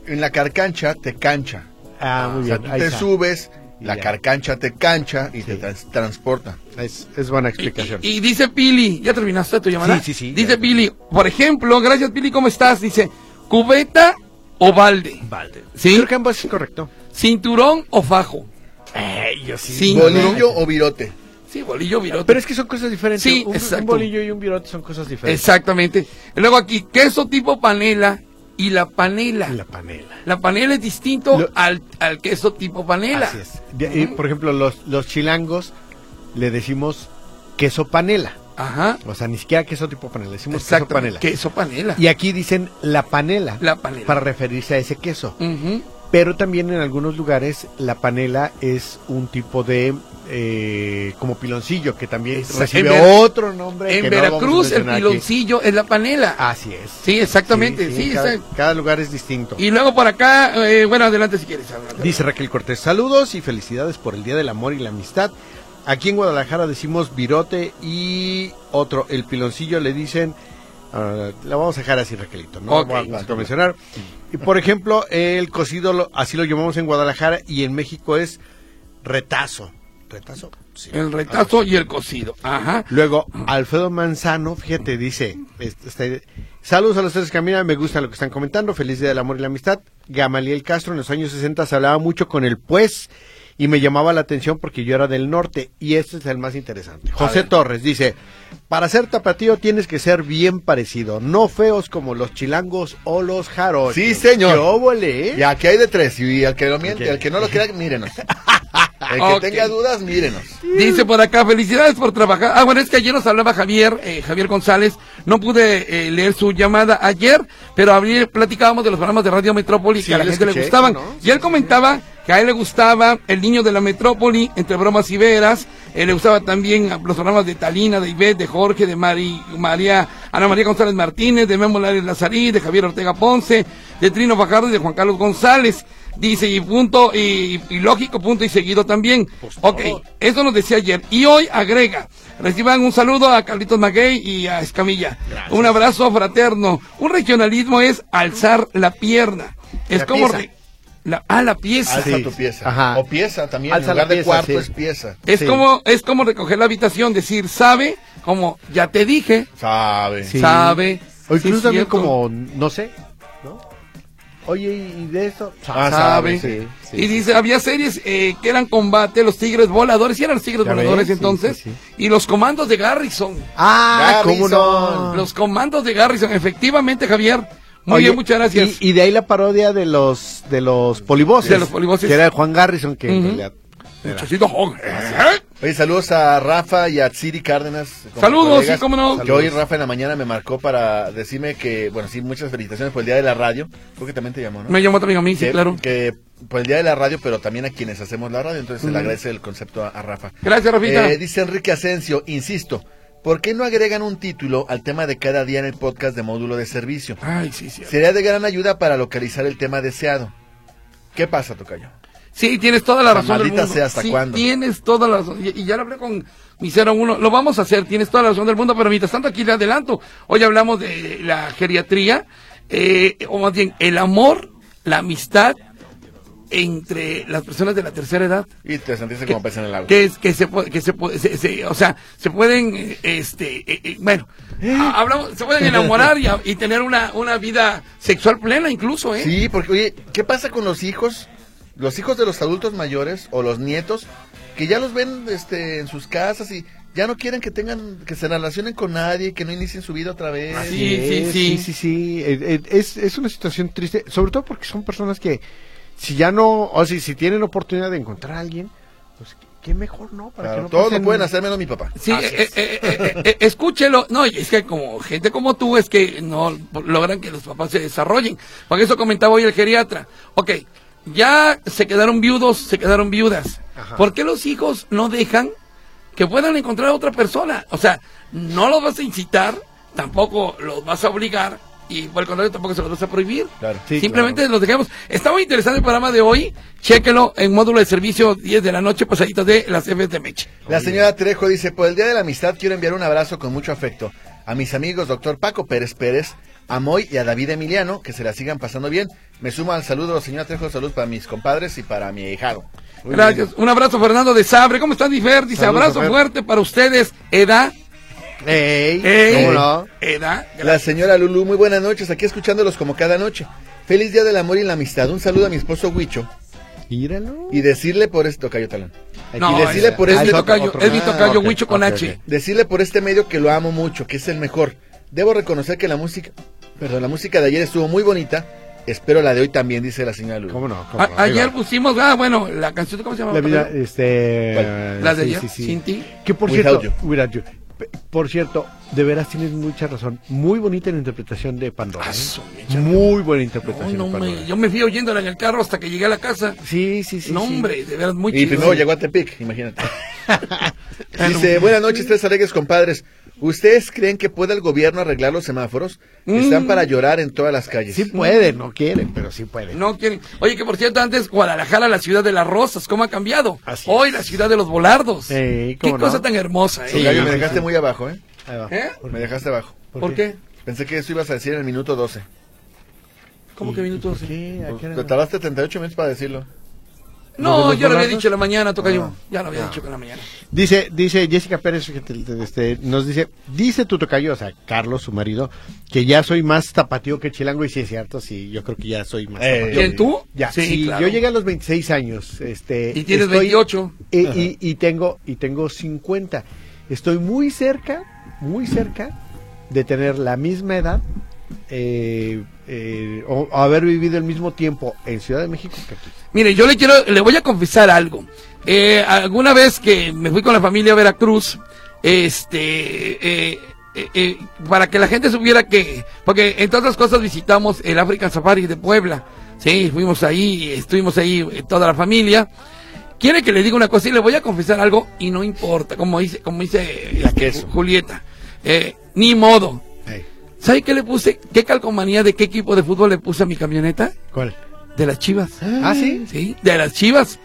S2: en la carcancha te cancha.
S3: Ah, muy
S2: O sea,
S3: bien.
S2: tú
S3: ahí
S2: te
S3: está.
S2: subes, la
S3: Ya.
S2: carcancha te cancha y
S3: Sí.
S2: te trans- transporta.
S3: Es, es buena explicación.
S1: Y, y dice Pili, ¿ya terminaste tu llamada?
S3: Sí, sí, sí,
S1: Dice
S3: ya.
S1: Pili, por ejemplo, gracias Pili, ¿cómo estás? Dice, ¿cubeta o balde?
S3: Valde.
S1: ¿Sí?
S3: Creo que ambos es correcto.
S1: ¿Cinturón o fajo?
S3: yo
S1: Eh,
S3: sí.
S1: Sí.
S2: ¿Bolillo o virote?
S1: Sí, bolillo, virote.
S3: Pero es que son cosas diferentes.
S1: Sí,
S3: un, un
S1: exacto.
S3: bolillo y un virote son cosas diferentes.
S1: Exactamente. Luego aquí, queso tipo panela y la panela.
S3: La
S1: La,
S3: panela.
S1: panela es distinto
S3: Lo-
S1: al, al queso tipo panela.
S3: Así es. De- y, por ejemplo, los, los chilangos le decimos queso panela.
S1: Ajá.
S3: O sea, ni siquiera queso tipo panela, le decimos queso
S1: Exacto.
S3: panela.
S1: Queso panela.
S3: Y aquí dicen la panela,
S1: La panela.
S3: para referirse a ese queso.
S1: Ujú.
S3: Pero también en algunos lugares la panela es un tipo de eh, como piloncillo que también
S1: Exacto.
S3: recibe
S1: En Ver-
S3: otro nombre.
S1: En
S3: que no vamos a
S1: Veracruz el
S3: mencionar aquí.
S1: piloncillo es la panela.
S3: Así es.
S1: Sí, exactamente, sí,
S3: cada,
S1: exacto.
S3: cada lugar es distinto.
S1: Y luego por acá, eh, bueno, adelante si quieres. adelante.
S3: Dice Raquel Cortés, saludos y felicidades por el Día del Amor y la Amistad. Aquí en Guadalajara decimos virote y otro, el piloncillo le dicen, ah, la vamos a dejar así Raquelito, no
S1: Ok.
S3: vamos a mencionar. Y, por ejemplo, el cocido, lo- así lo llamamos en Guadalajara y en México es retazo. ¿Retazo? Sí.
S1: El retazo y el cocido. Ajá.
S3: Luego, Alfredo Manzano, fíjate, dice, este, este, saludos a los tres camina, me gusta lo que están comentando, feliz día del amor y la amistad. Gamaliel Castro en los años 60 se hablaba mucho con el pues y me llamaba la atención porque yo era del norte y este es el más interesante. José Torres dice, para ser tapatío tienes que ser bien parecido, no feos como los chilangos o los jarochos.
S2: Sí, señor.
S3: ¡Qué óvole, eh!
S2: Y aquí hay de tres, y al que lo miente,
S3: Ok.
S2: al que no lo crea, mírenos. El que
S1: Ok.
S2: tenga dudas, mírenos.
S1: Dice por acá, felicidades por trabajar. Ah, bueno, es que ayer nos hablaba Javier, eh, Javier González. No pude eh, leer su llamada ayer, pero ayer platicábamos de los programas de Radio Metrópoli
S3: Sí,
S1: que a la
S3: lo
S1: gente le
S3: escuché,
S1: gustaban.
S3: ¿cómo no?
S1: Y él comentaba que a él le gustaba El Niño de la Metrópoli, entre bromas y veras. Eh, le gustaba también ah, los programas de Talina, de Ivette, de Jorge, de Mari, María, Ana María González Martínez, de Memo Lares Lazarí, de Javier Ortega Ponce, de Trino Fajardo y de Juan Carlos González. Dice, y punto, y, y lógico, punto y seguido también. ok, eso nos decía ayer. Y hoy agrega, reciban un saludo a Carlitos Maguey y a Escamilla. Un abrazo fraterno. Un regionalismo es alzar la pierna. Es
S3: La
S1: como...
S3: pieza.
S1: re- la, ah, la pieza.
S2: Alza
S3: Sí.
S2: tu pieza.
S3: Ajá.
S2: O pieza también,
S3: Alza
S2: en
S3: la
S2: lugar de
S3: pieza,
S2: cuarto
S3: sí.
S2: es pieza.
S1: Es
S3: Sí.
S1: como es como recoger la habitación, decir, sabe, como ya te dije,
S2: Sabe.
S3: Sí.
S1: sabe.
S3: O
S1: sí
S3: incluso
S1: es
S3: también
S1: cierto.
S3: como, no sé, ¿no? Oye, ¿y de esto?
S2: Ah,
S1: sabe.
S3: Sí, sí,
S1: y
S3: sí.
S1: dice, había series eh, que eran combate, los tigres voladores, y eran los tigres
S3: Ya ves,
S1: voladores
S3: sí,
S1: entonces,
S3: sí,
S1: y los comandos de Garrison.
S3: Ah, ¿cómo no?
S2: Garrison.
S1: Los comandos de Garrison, efectivamente, Javier. Muy
S3: Oye,
S1: bien, muchas gracias.
S3: Y, y de ahí la parodia de los de los polivoces.
S1: De los polivoces.
S3: Que era de Juan Garrison, que en
S1: Ujú.
S3: realidad era-
S1: Muchachito Jorge, ¿eh?
S2: Oye, saludos a Rafa y a Tsiri Cárdenas. como
S1: Saludos,
S2: colegas.
S1: sí, cómo no.
S2: Que hoy Rafa en la mañana me marcó para decirme que, bueno, sí, muchas felicitaciones por el Día de la Radio. Creo que también te llamó, ¿no?
S1: Me llamó también a mí, sí,
S2: que,
S1: claro.
S2: que por el día de la radio, pero también a quienes hacemos la radio. Entonces se le agradece el concepto a, a Rafa.
S1: Gracias, Rafita.
S2: Eh, dice Enrique Asencio, insisto, ¿por qué no agregan un título al tema de cada día en el podcast de módulo de servicio?
S1: Ay, sí, sí.
S2: Sería de gran ayuda para localizar el tema deseado. ¿Qué pasa, Tocayo?
S1: Sí, tienes toda la
S2: La
S1: razón. del
S2: maldita
S1: mundo.
S2: sea, ¿hasta
S1: Sí,
S2: cuándo?
S1: Tienes toda la razón. Y, y ya lo hablé con mi 01. Lo vamos a hacer, tienes toda la razón del mundo, pero mientras tanto aquí le adelanto. Hoy hablamos de la geriatría, eh, o más bien el amor, la amistad entre las personas de la tercera edad.
S2: Y te sentiste como pez en el agua.
S1: Que, es, que, se, puede- que se, puede- se- se- o sea, se pueden, eh, este, eh, eh, bueno, a- hablamos, se pueden enamorar y, a- y tener una, una vida sexual plena incluso, ¿eh?
S2: Sí, porque, oye, ¿qué pasa con los hijos? Los hijos de los adultos mayores o los nietos que ya los ven este, en sus casas y ya no quieren que tengan, que se relacionen con nadie, que no inicien su vida otra vez.
S1: Así
S3: Sí,
S1: sí,
S3: sí,
S1: sí.
S3: sí, sí. Eh, eh, Es, es una situación triste, sobre todo porque son personas que si ya no, o si, si tienen oportunidad de encontrar a alguien, pues qué- qué mejor, ¿no? Para que
S2: Claro,
S3: no
S2: todos
S3: pasen-
S2: lo pueden hacer menos mi papá.
S1: Sí, eh, eh, eh, eh, eh, escúchelo. No, y es que como gente como tú es que no logran que los papás se desarrollen. Por eso comentaba hoy el geriatra. Ok, ya se quedaron viudos, se quedaron viudas.
S3: Ajá.
S1: ¿Por qué los hijos no dejan que puedan encontrar a otra persona? O sea, no los vas a incitar, tampoco los vas a obligar, y por el contrario tampoco se los vas a prohibir.
S2: Claro.
S3: Sí,
S1: Simplemente los dejamos. Está muy interesante el programa de hoy. Chéquelo en módulo de servicio 10 de la noche, pasaditas de las F de Meche.
S2: La señora Trejo dice, por el Día de la Amistad quiero enviar un abrazo con mucho afecto a mis amigos doctor Paco Pérez Pérez, a Moy y a David Emiliano, que se la sigan pasando bien. Me sumo al saludo, señora Trejo, salud para mis compadres y para mi hijado. Muy
S1: Gracias.
S2: bien.
S1: Un abrazo, Fernando de Sabre. ¿Cómo están, Difer? Dice
S2: Saludos,
S1: abrazo
S2: Fer.
S1: fuerte para ustedes. Eh, Edad.
S3: Ey,
S1: Ey.
S3: ¿Cómo no?
S1: Edad.
S2: La señora Lulu, muy buenas noches, aquí escuchándolos como cada noche. Feliz Día del Amor y la Amistad. Un saludo a mi esposo Huicho
S3: Míralo.
S2: y decirle por esto, Cayo Talón.
S1: No,
S2: y decirle
S1: es,
S2: por
S1: es
S2: eso-
S1: mi tocayo,
S3: otro-
S1: es mi
S3: ah,
S1: tocayo
S3: ok,
S1: Huicho con
S3: ok,
S1: H.
S3: ok.
S2: Decirle por este medio que lo amo mucho, que es el mejor. Debo reconocer que la música, perdón, la música de ayer estuvo muy bonita. Espero la de hoy también, dice la señora Lulu.
S3: ¿Cómo no? ¿Cómo
S1: A-
S3: no? Ahí
S1: ayer
S3: va.
S1: pusimos, ah, bueno, la canción, ¿cómo se llama?
S3: La vida, este.
S2: ¿Cuál?
S1: La de
S3: sí,
S1: ayer,
S3: sí, sí.
S1: sin ti.
S3: Que por
S2: Without
S3: cierto. without you. P- Por cierto, de veras tienes mucha razón. Muy bonita la interpretación de Pandora.
S1: Ah,
S3: ¿eh?
S1: su mecha.
S3: Muy buena
S1: No,
S3: interpretación
S1: no,
S3: de
S1: me-
S3: Pandora.
S1: yo me fui oyéndola en el carro hasta que llegué a la casa.
S3: Sí, sí, sí.
S1: no,
S3: sí. pues,
S1: hombre, de verdad, muy
S2: Y
S1: chido.
S2: primero llegó a Tepic, imagínate. Dice, buenas noches, tres alegres compadres. ¿Ustedes creen que puede el gobierno arreglar los semáforos? Están para llorar en todas las calles.
S3: Sí puede, no quiere, pero sí puede.
S1: No quieren. Oye, que por cierto, antes Guadalajara, la ciudad de las rosas, ¿cómo ha cambiado?
S3: Así es.
S1: Hoy la ciudad de los volardos.
S3: Sí,
S1: Qué
S3: cómo no.
S1: cosa tan hermosa, ¿eh?
S2: Sí, Gallo, me dejaste muy abajo, ¿eh?
S3: Ahí va.
S1: ¿Eh?
S2: Me dejaste abajo.
S1: ¿Por,
S3: ¿Por
S1: qué?
S3: qué?
S2: Pensé que eso ibas a decir en el minuto 12.
S1: ¿Cómo que minutos?
S3: Sí, ¿a qué hora?
S2: Te tardaste 38 minutos para decirlo.
S1: No,
S3: ¿Lo de los
S1: yo lo había
S3: volardos?
S1: dicho en la mañana, toca yo. Ya lo había dicho en la mañana.
S3: Dice, dice Jessica Pérez, fíjate, este, nos dice, dice tu tocayo, o sea, Carlos, su marido, que ya soy más tapatío que chilango, y sí es cierto, sí, yo creo que ya soy más
S2: Eh,
S3: tapatío.
S1: ¿Quién tú?
S3: Ya,
S1: sí,
S3: sí,
S1: claro.
S3: yo llegué a los 26 años, este...
S1: Y tienes 28.
S3: y- y, y tengo, y tengo 50. Estoy muy cerca, muy cerca de tener la misma edad, eh, eh, o, o haber vivido el mismo tiempo en Ciudad de México que aquí.
S1: Mire, yo le quiero, le voy a confesar algo. Eh, alguna vez que me fui con la familia a Veracruz, este, eh, eh, eh, para que la gente supiera que, porque entre otras cosas visitamos el African Safari de Puebla, sí, fuimos ahí, estuvimos ahí eh, toda la familia. Quiere que le diga una cosa y le voy a confesar algo y no importa, como dice, como dice
S2: La
S1: este,
S2: queso.
S1: Julieta, Eh, ni modo. ¿Sabe qué le puse? ¿Qué calcomanía de qué equipo de fútbol le puse a mi camioneta?
S3: ¿Cuál?
S1: De las Chivas.
S3: ¿Ah, sí?
S1: Sí, de las Chivas.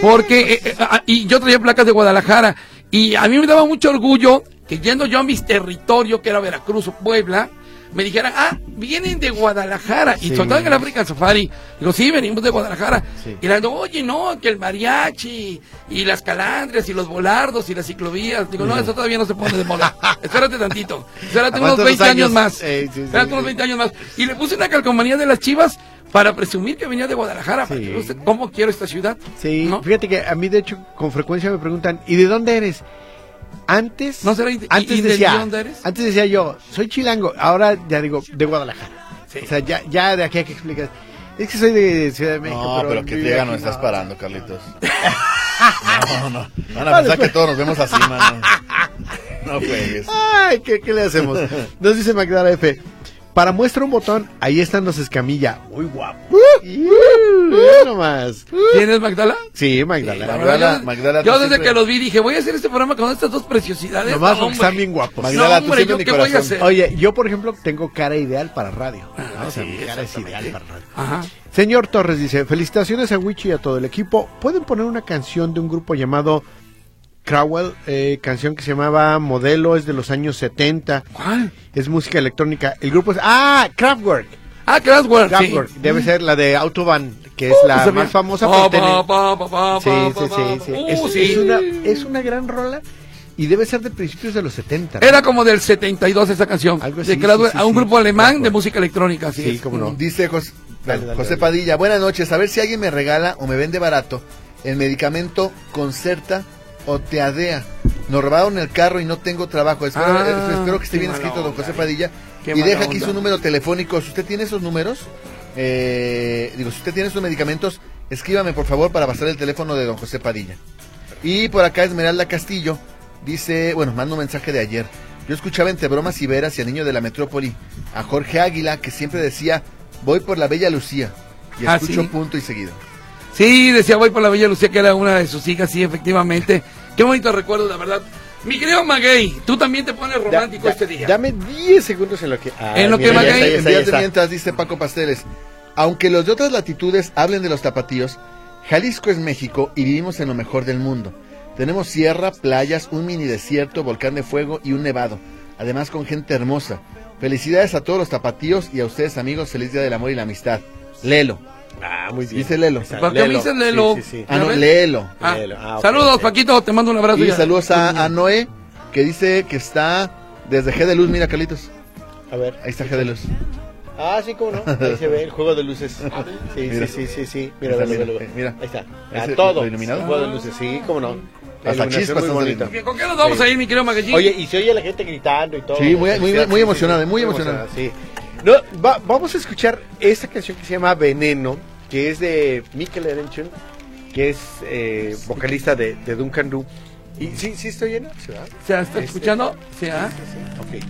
S1: Porque, eh, eh, ah, y yo traía placas de Guadalajara, y a mí me daba mucho orgullo que yendo yo a mis territorios, que era Veracruz o Puebla, me dijeran, ah, vienen de Guadalajara, y
S3: Sí.
S1: sobre todo en el African Safari, digo, sí, venimos de Guadalajara,
S3: Sí.
S1: y le digo, oye, no, que el mariachi, y las calandrias, y los volardos, y las ciclovías, digo, no, eso todavía no se pone de moda, espérate tantito, espérate unos
S3: Aguanta unos
S1: 20 años
S3: años.
S1: más,
S3: Eh, sí, sí,
S1: espérate
S3: sí.
S1: unos 20 años más, y le puse una calcomanía de las chivas, para presumir que venía de Guadalajara, para
S3: Sí.
S1: que usted- ¿cómo quiero esta ciudad?
S3: Sí,
S1: ¿No?
S3: fíjate que a mí de hecho con frecuencia me preguntan, ¿y de dónde eres? Antes,
S1: ¿No será ide-
S3: antes
S1: y- y de
S3: decía,
S1: dónde eres?
S3: antes decía yo, soy chilango, ahora ya digo de Guadalajara.
S1: Sí.
S3: O sea, ya, ya de aquí a que explicas. Es que soy de Ciudad de México.
S2: No, pero que
S3: vivo
S2: llega
S3: aquí,
S2: no estás parando, Carlitos. No, no. Van a
S3: Vale,
S2: pensar que
S3: pues.
S2: todos nos vemos así, mano. No juegues.
S3: Ay, ¿qué, qué le hacemos? Nos dice Magdala F. Para muestra un botón, ahí están los escamilla. Muy guapo. Mira nomás.
S1: ¿Quién es Magdala?
S3: Sí,
S1: La
S3: Magdala.
S2: Magdala,
S1: verdad, yo-
S2: Magdala,
S1: yo
S2: tú
S1: desde
S2: siempre-
S1: que los vi dije, voy a hacer este programa con estas dos preciosidades.
S3: Nomás
S1: No,
S3: porque
S1: Este hombre.
S3: están bien guapos.
S2: Magdala,
S1: no,
S2: tú
S1: hombre,
S2: siempre
S1: yo
S2: en mi
S1: qué voy a
S2: corazón.
S1: hacer.
S3: Oye, yo por ejemplo tengo cara ideal para radio.
S1: Ah,
S3: O sea,
S1: sí,
S3: mi cara es
S1: exactamente.
S3: ideal para radio.
S1: Ajá.
S3: Señor Torres dice, felicitaciones a Wichi y a todo el equipo. ¿Pueden poner una canción de un grupo llamado Crowell? Eh, canción que se llamaba Modelo, es de los años 70.
S1: ¿Cuál?
S3: Es música electrónica. El grupo es... ¡Ah! Kraftwerk.
S1: Ah, Kraftwerk, sí.
S3: Kraftwerk. Debe ser la de Autobahn, que es la
S1: sabía.
S3: más
S1: Uh,
S3: famosa.
S1: pues, Oh, Pa,
S3: pero tiene-
S1: pa, pa, pa, pa,
S3: Sí,
S1: pa,
S3: sí,
S1: pa,
S3: sí.
S1: pa,
S3: sí.
S1: pa.
S3: Es,
S1: Uh,
S3: es
S1: sí.
S3: una, es una gran rola y debe ser de principios de los 70. ¿no?
S1: Era como del 72 esa canción.
S3: Algo
S1: de
S3: así,
S1: Kraftwerk,
S3: sí, sí,
S1: a un
S3: sí.
S1: grupo alemán de
S3: Kraftwerk.
S1: música electrónica, así
S3: Sí,
S1: es.
S3: cómo no.
S2: Dice José,
S3: Dale, dale,
S2: José
S3: dale.
S2: Padilla, buenas noches, a ver si alguien me regala o me vende barato el medicamento Concerta o Teadea. Nos robaron el carro y no tengo trabajo. Espero,
S1: Ah,
S2: eh, espero que esté
S1: qué
S2: bien
S1: mala
S2: escrito, don
S1: onda,
S2: José
S1: eh.
S2: Padilla.
S1: Qué
S2: y
S1: mala
S2: deja aquí
S1: onda.
S2: su número telefónico. Si usted tiene esos números, eh, digo, si usted tiene esos medicamentos, escríbame por favor para pasar el teléfono de don José Padilla. Y por acá Esmeralda Castillo dice, bueno, manda un mensaje de ayer. Yo escuchaba entre bromas y veras y a Niño de la Metrópoli a Jorge Águila que siempre decía, voy por la Bella Lucía. Y
S1: Ah,
S2: escucho
S1: ¿sí?
S2: punto y seguido.
S1: Sí, decía voy por la Bella Lucía, que era una de sus hijas, sí, efectivamente. Qué bonito recuerdo, la verdad. Mi querido Maguey, tú también te pones romántico
S3: Da-
S1: este
S3: da-
S1: día.
S3: Dame 10 segundos en lo que. Ah,
S1: En lo que
S3: mira,
S1: va
S3: ya
S1: a
S3: está,
S1: caer.
S3: ya
S2: En
S3: está, ya
S2: días de
S3: está.
S2: mientras, dice Paco Pasteles. Aunque los de otras latitudes hablen de los tapatíos, Jalisco es México y vivimos en lo mejor del mundo. Tenemos sierra, playas, un mini desierto, volcán de fuego y un nevado. Además con gente hermosa. Felicidades a todos los tapatíos y a ustedes amigos, feliz día del amor y la amistad. Lelo.
S3: Ah, muy bien.
S2: Dice Lelo.
S3: Exacto.
S1: ¿Por qué me
S3: Lelo.
S1: dicen Lelo?
S3: Sí, sí, sí.
S2: Ah, no,
S1: ¿Ya ves?
S2: Lelo.
S1: Ah,
S3: Lelo. Ah, ok,
S1: saludos,
S3: ok.
S1: Paquito, te mando un abrazo.
S2: Y
S1: ya.
S2: saludos a, a Noé, que dice que está desde G de Luz. Mira, Carlitos.
S3: A ver.
S2: Ahí está G de Luz.
S3: Ah, sí, cómo no. Ahí se ve el juego de luces. Sí,
S2: Ah, Mira.
S3: sí, sí, sí, sí.
S2: Ahí
S3: Mira,
S2: está,
S3: velo,
S2: mira,
S3: velo.
S2: eh, mira.
S3: Ahí está.
S2: Ahí
S3: A
S2: se-
S3: todo.
S2: lo iluminado.
S3: El juego de luces, sí. cómo no.
S2: Hasta
S3: La iluminación
S2: chispas
S3: muy
S2: están
S3: bonita.
S2: saliendo.
S1: ¿Con qué nos vamos
S3: Sí.
S1: a ir, mi querido Maguey?
S3: Oye, y se oye la gente gritando y todo.
S2: Sí, muy- muy- muy
S3: Felicidades, sí,
S2: emocionada,
S3: sí, sí,
S2: muy emocionada.
S3: sí. No, va- vamos a escuchar esta canción que se llama Veneno, que es de Mikel Erenchun, que es eh, vocalista de, de Duncan Du. Y sí, sí estoy en ¿verdad?
S1: ¿Se está
S3: este-
S1: escuchando? Sí, ¿ah?
S3: Ok.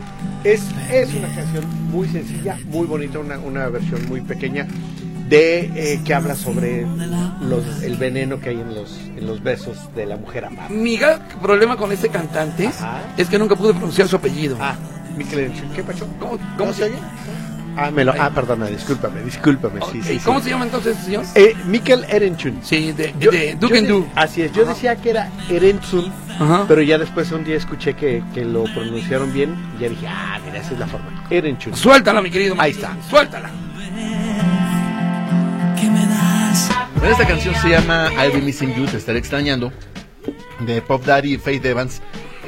S3: Es, es una canción muy sencilla, muy bonita, una, una versión muy pequeña de eh, que habla sobre los, el veneno que hay en los, en los besos de la mujer amada.
S1: Mi gran problema con este cantante
S3: Ajá.
S1: es que nunca pude pronunciar su apellido.
S3: Ah, Mikel Erenchun, ¿qué pasó?
S1: ¿Cómo, cómo
S3: ¿No
S1: se
S3: oye? Ah, me lo, ah, perdona, discúlpame, discúlpame.
S1: Ok,
S3: Sí, sí,
S1: ¿Cómo
S3: sí.
S1: se llama entonces, señor?
S3: Eh, Mikel Erenchun.
S1: Sí, de,
S3: Yo-
S1: de
S3: yo Ah.
S1: Duke and
S3: de-
S1: Do.
S3: Así es, yo decía que era Erenchun,
S1: Ajá.
S3: pero ya después un día escuché que, que lo pronunciaron bien y ya dije, ah, mira, esa es la forma. Erenchun.
S1: Suéltala, mi querido.
S3: Ahí
S1: Maguey,
S3: está.
S1: Suéltala.
S4: que me das.
S2: Bueno, esta canción se llama I'll Be Missing You, Te Estaré Extrañando, de Pop Daddy y Faith Evans,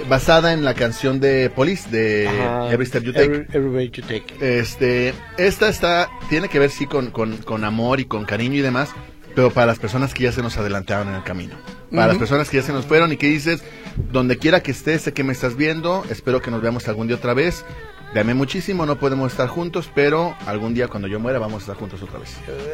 S2: basada en la canción de Police, de
S3: Ajá.
S2: Every Step You Take.
S3: Every- Every way you take.
S2: Este, esta está, tiene que ver sí con, con, con amor y con cariño y demás, pero para las personas que ya se nos adelantaron en el camino. Para las
S1: Ujú.
S2: personas que ya se nos fueron y que dices, donde quiera que estés, sé que me estás viendo, espero que nos veamos algún día otra vez. Te amé muchísimo, no podemos estar juntos, pero algún día cuando yo muera vamos a estar juntos otra vez.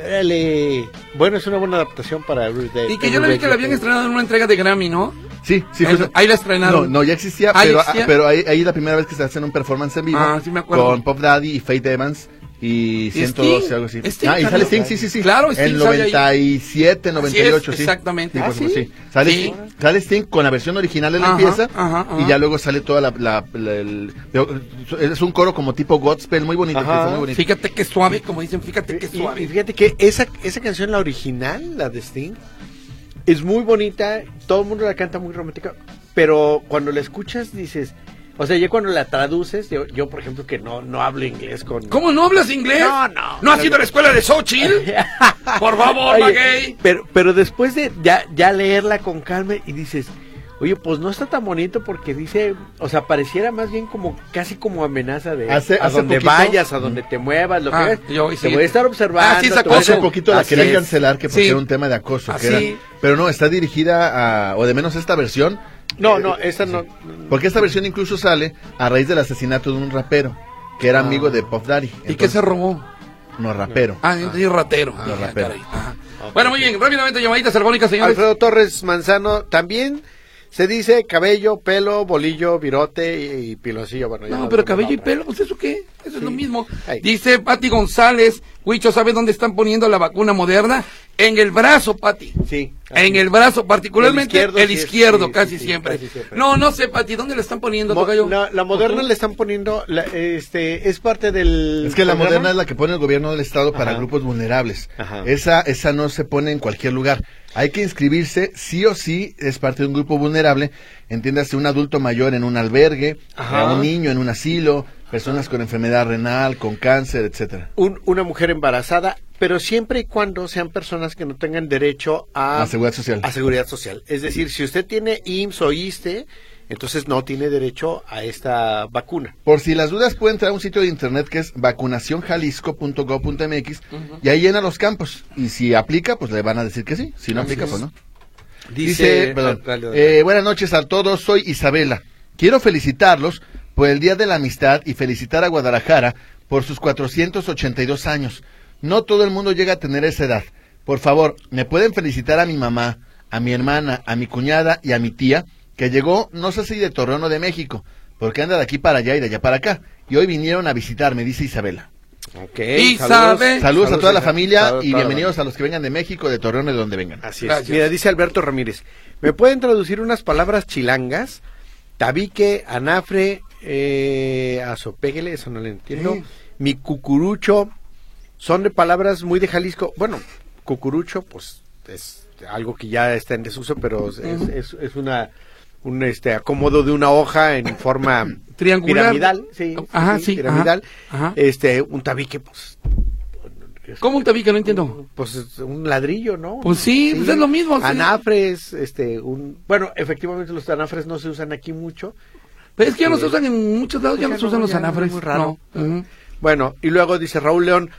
S3: Órale. Bueno, es una buena adaptación para Everyday.
S1: Y que yo le vi que la habían estrenado en una entrega de Grammy, ¿no?
S2: Sí, sí,
S1: Ahí- ahí la estrenaron.
S2: No, no, ya existía,
S1: Ah, ya
S2: pero,
S1: existía.
S2: ah, pero ahí, ahí la primera vez que se hacen un performance en vivo
S1: Ah, sí me acuerdo.
S2: con Pop Daddy y Faith Evans y 112
S1: Sting.
S2: algo así.
S1: Sting,
S2: ah, y sale
S1: Carlos.
S2: Sting, sí, sí, sí.
S1: Claro, Sting
S2: En
S1: sale ahí.
S2: 97, 98,
S1: Así es,
S2: sí.
S1: exactamente.
S2: Sí, por
S1: Ah,
S2: supuesto,
S1: ¿sí?
S2: sí. Sale,
S1: Sí.
S2: Sting, sale Sting con la versión original de la
S1: Ajá,
S2: pieza
S1: ajá, ajá.
S2: y ya luego sale toda la, la- la- el- es un coro como tipo gospel muy bonito, que
S3: Ajá.
S2: está muy bonito.
S1: Fíjate que suave, como dicen, fíjate que
S3: Y, y
S1: suave.
S3: fíjate que esa, esa canción, la original, la de Sting, es muy bonita. Todo el mundo la canta muy romántica. Pero cuando la escuchas, dices. O sea, ya cuando la traduces, yo, yo, por ejemplo, que no, no hablo inglés con.
S1: ¿Cómo no hablas inglés?
S3: No, no.
S1: ¿No has ido a la escuela de Xochitl? Por favor,
S3: Oye,
S1: Maguey.
S3: Pero, pero después de ya, ya leerla con calma y dices, oye, pues no está tan bonito porque dice, o sea, pareciera más bien como casi como amenaza de
S2: Hace-
S3: a
S2: hace
S3: donde
S2: poquito-
S3: vayas, a donde te muevas, lo
S1: Ah,
S3: que es,
S1: yo- y
S3: te
S1: sí.
S3: voy a estar observando.
S1: Ah, sí, es
S3: te voy a-
S1: acoso.
S2: Hace poquito la
S1: Así
S2: querían
S1: es.
S2: cancelar que porque
S1: Sí.
S2: era un tema de acoso,
S1: Así.
S2: que era- pero no, está dirigida a, o de menos esta versión,
S3: No, no, esa no.
S2: Porque esta versión incluso sale a raíz del asesinato de un rapero que era amigo de Puff Daddy.
S1: Ah. ¿Y qué se
S2: Entonces,
S1: robó?
S2: No, rapero.
S1: Ah, y ratero.
S2: Ah,
S1: Ya,
S2: ratero.
S1: caray. Ajá. Bueno, muy bien, rápidamente llamaditas telefónicas, señores.
S3: Alfredo Torres Manzano también se dice cabello, pelo, bolillo, virote y, y piloncillo. Bueno, ya
S1: No,
S3: nos
S1: pero
S3: vemos
S1: cabello
S3: la
S1: y
S3: otra.
S1: pelo, pues eso qué, eso es lo mismo.
S3: Ahí.
S1: Dice Pati González, Huicho, ¿sabes dónde están poniendo la vacuna moderna? En el brazo, Pati.
S3: Sí.
S1: En el brazo, particularmente el
S3: El
S1: izquierdo,
S3: izquierdo, sí es- sí,
S1: casi,
S3: sí, sí,
S1: siempre.
S3: casi siempre.
S1: No, no sé, Pati, ¿dónde le están poniendo?
S3: Mo-
S1: tocayo?
S3: la, la moderna le están poniendo, la- este, es parte del.
S2: Es que la
S3: programa.
S2: moderna es la que pone el gobierno del estado para
S3: Ajá.
S2: grupos vulnerables.
S3: Ajá.
S2: Esa, esa no se pone en cualquier lugar. Hay que inscribirse, sí o sí, es parte de un grupo vulnerable. Entiéndase, un adulto mayor en un albergue,
S3: Ajá.
S2: a un niño en un asilo, personas con enfermedad renal, con cáncer, etcétera.
S3: un- una mujer embarazada, pero siempre y cuando sean personas que no tengan derecho a,
S2: A seguridad social.
S3: a seguridad social. Es decir, si usted tiene IMSS o ISTE, entonces no tiene derecho a esta vacuna.
S2: Por si las dudas, puede entrar a un sitio de internet que es vacunacionjalisco.gov.mx y ahí llena los campos. Y si aplica, pues le van a decir que sí. Si no aplica, pues no. Dice, perdón,
S3: ah, Dale, dale, dale.
S2: eh, buenas noches a todos, soy Isabela. Quiero felicitarlos por el Día de la Amistad y felicitar a Guadalajara por sus 482 años. No todo el mundo llega a tener esa edad. Por favor, ¿me pueden felicitar a mi mamá, a mi hermana, a mi cuñada y a mi tía, que llegó, no sé si de Torreón o de México, porque anda de aquí para allá y de allá para acá? Y hoy vinieron a visitarme, dice Isabela.
S3: Ok,
S1: Isabel.
S2: Saludos, a toda la
S3: Isabel.
S2: familia
S3: Saludos a
S2: y
S3: toda la
S2: bienvenidos a los que vengan de México, de Torreón, de donde vengan.
S3: Así es.
S1: Gracias.
S3: Mira, dice Alberto Ramírez, ¿me pueden traducir unas palabras chilangas? tabique, anafre, eh, azopéguele, eso no lo entiendo.
S1: Sí.
S3: Mi cucurucho, son de palabras muy de Jalisco. Bueno, cucurucho, pues es algo que ya está en desuso, pero es, es- es- es una un este acomodo de una hoja en forma
S1: Triangular.
S3: piramidal, sí,
S1: Ajá, sí,
S3: piramidal.
S1: ajá, ajá.
S3: Este, un tabique, pues,
S1: ¿Cómo un tabique? No entiendo.
S3: pues es un ladrillo, ¿no?
S1: Pues sí, pues es lo mismo, sí.
S3: Anafres, este, un, bueno, efectivamente los anafres no se usan aquí mucho.
S1: Pero es que ya no se usan en muchos lados, ya
S3: Ya
S1: no se
S3: no,
S1: usan los
S3: ya no,
S1: anafres.
S3: muy raro.
S1: No. Ujú.
S3: Bueno, y luego dice Raúl León,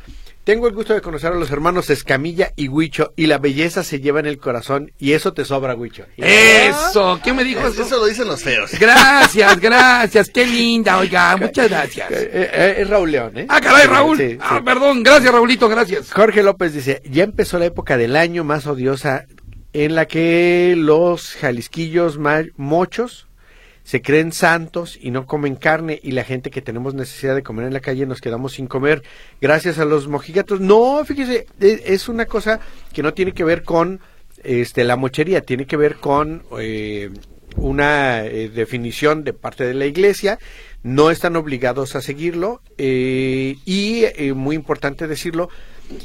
S3: tengo el gusto de conocer a los hermanos Escamilla y Huicho, y la belleza se lleva en el corazón, y eso te sobra, Huicho.
S1: Eh. Eso, ¿qué me dijo
S2: Pues Eso
S1: eso?
S2: lo dicen los feos.
S1: Gracias, gracias, qué linda, oiga, muchas gracias.
S3: Eh, eh, eh, es Raúl León, ¿eh?
S1: Ah, caray, Raúl.
S3: Sí, sí.
S1: Ah, perdón, gracias, Raulito, gracias.
S3: Jorge López dice, ya empezó la época del año más odiosa en la que los jalisquillos ma- mochos se creen santos y no comen carne y la gente que tenemos necesidad de comer en la calle nos quedamos sin comer gracias a los mojigatos. No, fíjese, e- es una cosa que no tiene que ver con este la mochería, tiene que ver con eh, una eh, definición de parte de la iglesia, no están obligados a seguirlo eh, y eh, muy importante decirlo,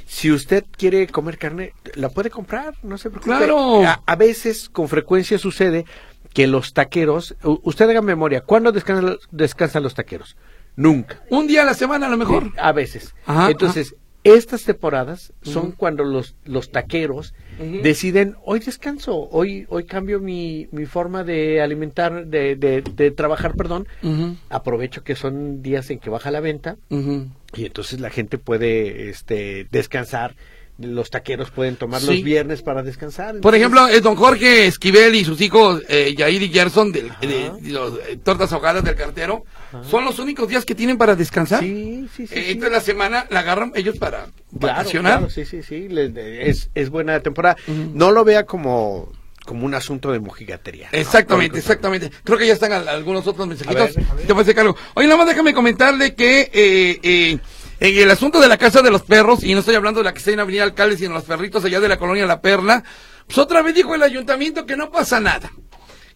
S3: si usted quiere comer carne, la puede comprar, no se preocupe. Ah,
S1: Claro.
S3: A, a veces, con frecuencia sucede que los taqueros, u- usted haga memoria, ¿cuándo descansan, descansan los taqueros? Nunca.
S1: Un día a la semana a lo mejor.
S3: A veces.
S1: Ajá,
S3: Entonces, estas temporadas son
S1: Ujú.
S3: cuando los, los taqueros
S1: Ujú.
S3: deciden, hoy descanso, hoy, hoy cambio mi, mi forma de alimentar, de, de- de trabajar, perdón.
S1: Ujú,
S3: Aprovecho que son días en que baja la venta
S1: ujú.
S3: y entonces la gente puede este, descansar. Los taqueros pueden tomar
S1: Sí.
S3: los viernes para descansar.
S1: Por
S3: Entonces,
S1: ejemplo, es don Jorge Esquivel y sus hijos eh, Yair y Gerson del- de, de los, eh, tortas ahogadas del cartero son los únicos días que tienen para descansar.
S3: Sí, sí, sí.
S1: Eh,
S3: sí.
S1: Entonces la semana la agarran ellos para
S3: Claro,
S1: vacacionar.
S3: claro, sí, sí, sí. le- le- es, es buena temporada. No lo vea como, como un asunto de mojigatería. ¿no?
S1: Exactamente,
S3: Porque-
S1: exactamente. Creo que ya están al- algunos otros mensajitos.
S3: Ah, A ver, a ver.
S1: Te voy a hacer cargo. Oye, nada más déjame comentarle que eh, eh, en el asunto de la casa de los perros, y no estoy hablando de la que está en Avenida Alcalde, sino los perritos allá de la colonia La Perla, pues otra vez dijo el ayuntamiento que no pasa nada.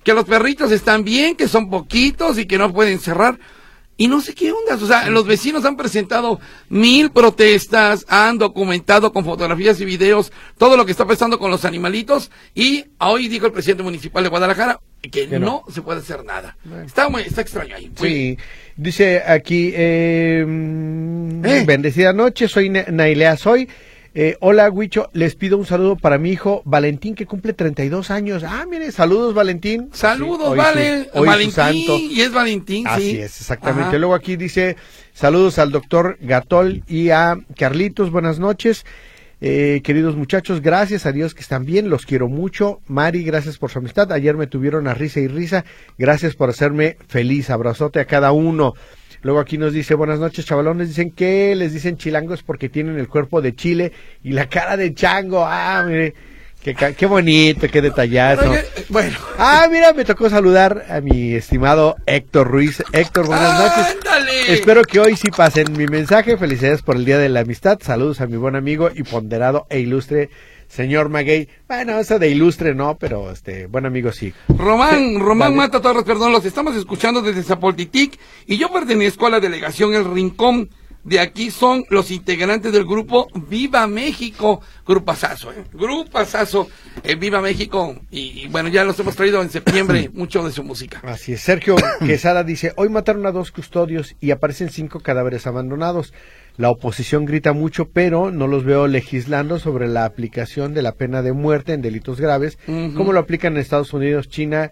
S1: Que los perritos están bien, que son poquitos y que no pueden cerrar. Y no sé qué ondas, o sea, los vecinos han presentado mil protestas, han documentado con fotografías y videos todo lo que está pasando con los animalitos y hoy dijo el presidente municipal de Guadalajara que
S3: Que
S1: no.
S3: no.
S1: se puede hacer nada. Está muy, está extraño ahí.
S3: Sí, dice aquí, eh, mm,
S1: ¿Eh?
S3: bendecida noche, soy Na- Nailea Soy. Eh, hola, Huicho, les pido un saludo para mi hijo Valentín, que cumple 32 años. Ah, mire, saludos, Valentín. Sí,
S1: Saludos,
S3: hoy
S1: vale.
S3: su- hoy su
S1: Valentín.
S3: santo.
S1: Y es Valentín, sí.
S3: Así es, exactamente.
S1: Ajá.
S3: Luego aquí dice, saludos al doctor Gatol y a Carlitos, buenas noches. Eh, queridos muchachos, gracias a Dios que están bien, los quiero mucho. Mari, gracias por su amistad. Ayer me tuvieron a risa y risa. Gracias por hacerme feliz. Abrazote a cada uno. Luego aquí nos dice, buenas noches, chavalones. Dicen que les dicen chilangos porque tienen el cuerpo de chile y la cara de chango. Ah, mire, qué, ca- qué bonito, qué detallazo.
S1: Pero, oye, bueno.
S3: Ah, mira, me tocó saludar a mi estimado Héctor Ruiz. Héctor, buenas noches.
S1: ¡Ándale!
S3: Espero que hoy sí pasen mi mensaje. Felicidades por el Día de la Amistad. Saludos a mi buen amigo y ponderado e ilustre señor Maguey. Bueno, eso de ilustre no, pero este, buen amigo sí.
S1: Román, Román
S3: Vale.
S1: Mata Torres, perdón, los estamos escuchando desde Zapoltitic y yo pertenezco a la delegación El Rincón. De aquí son los integrantes del grupo Viva México, grupazazo, ¿eh? grupazazo, eh, Viva México, y, y bueno, ya los hemos traído en septiembre mucho de su música.
S3: Así es. Sergio Quesada dice, hoy mataron a dos custodios y aparecen cinco cadáveres abandonados. La oposición grita mucho, pero no los veo legislando sobre la aplicación de la pena de muerte en delitos graves,
S1: Ujú.
S3: como lo aplican en Estados Unidos, China,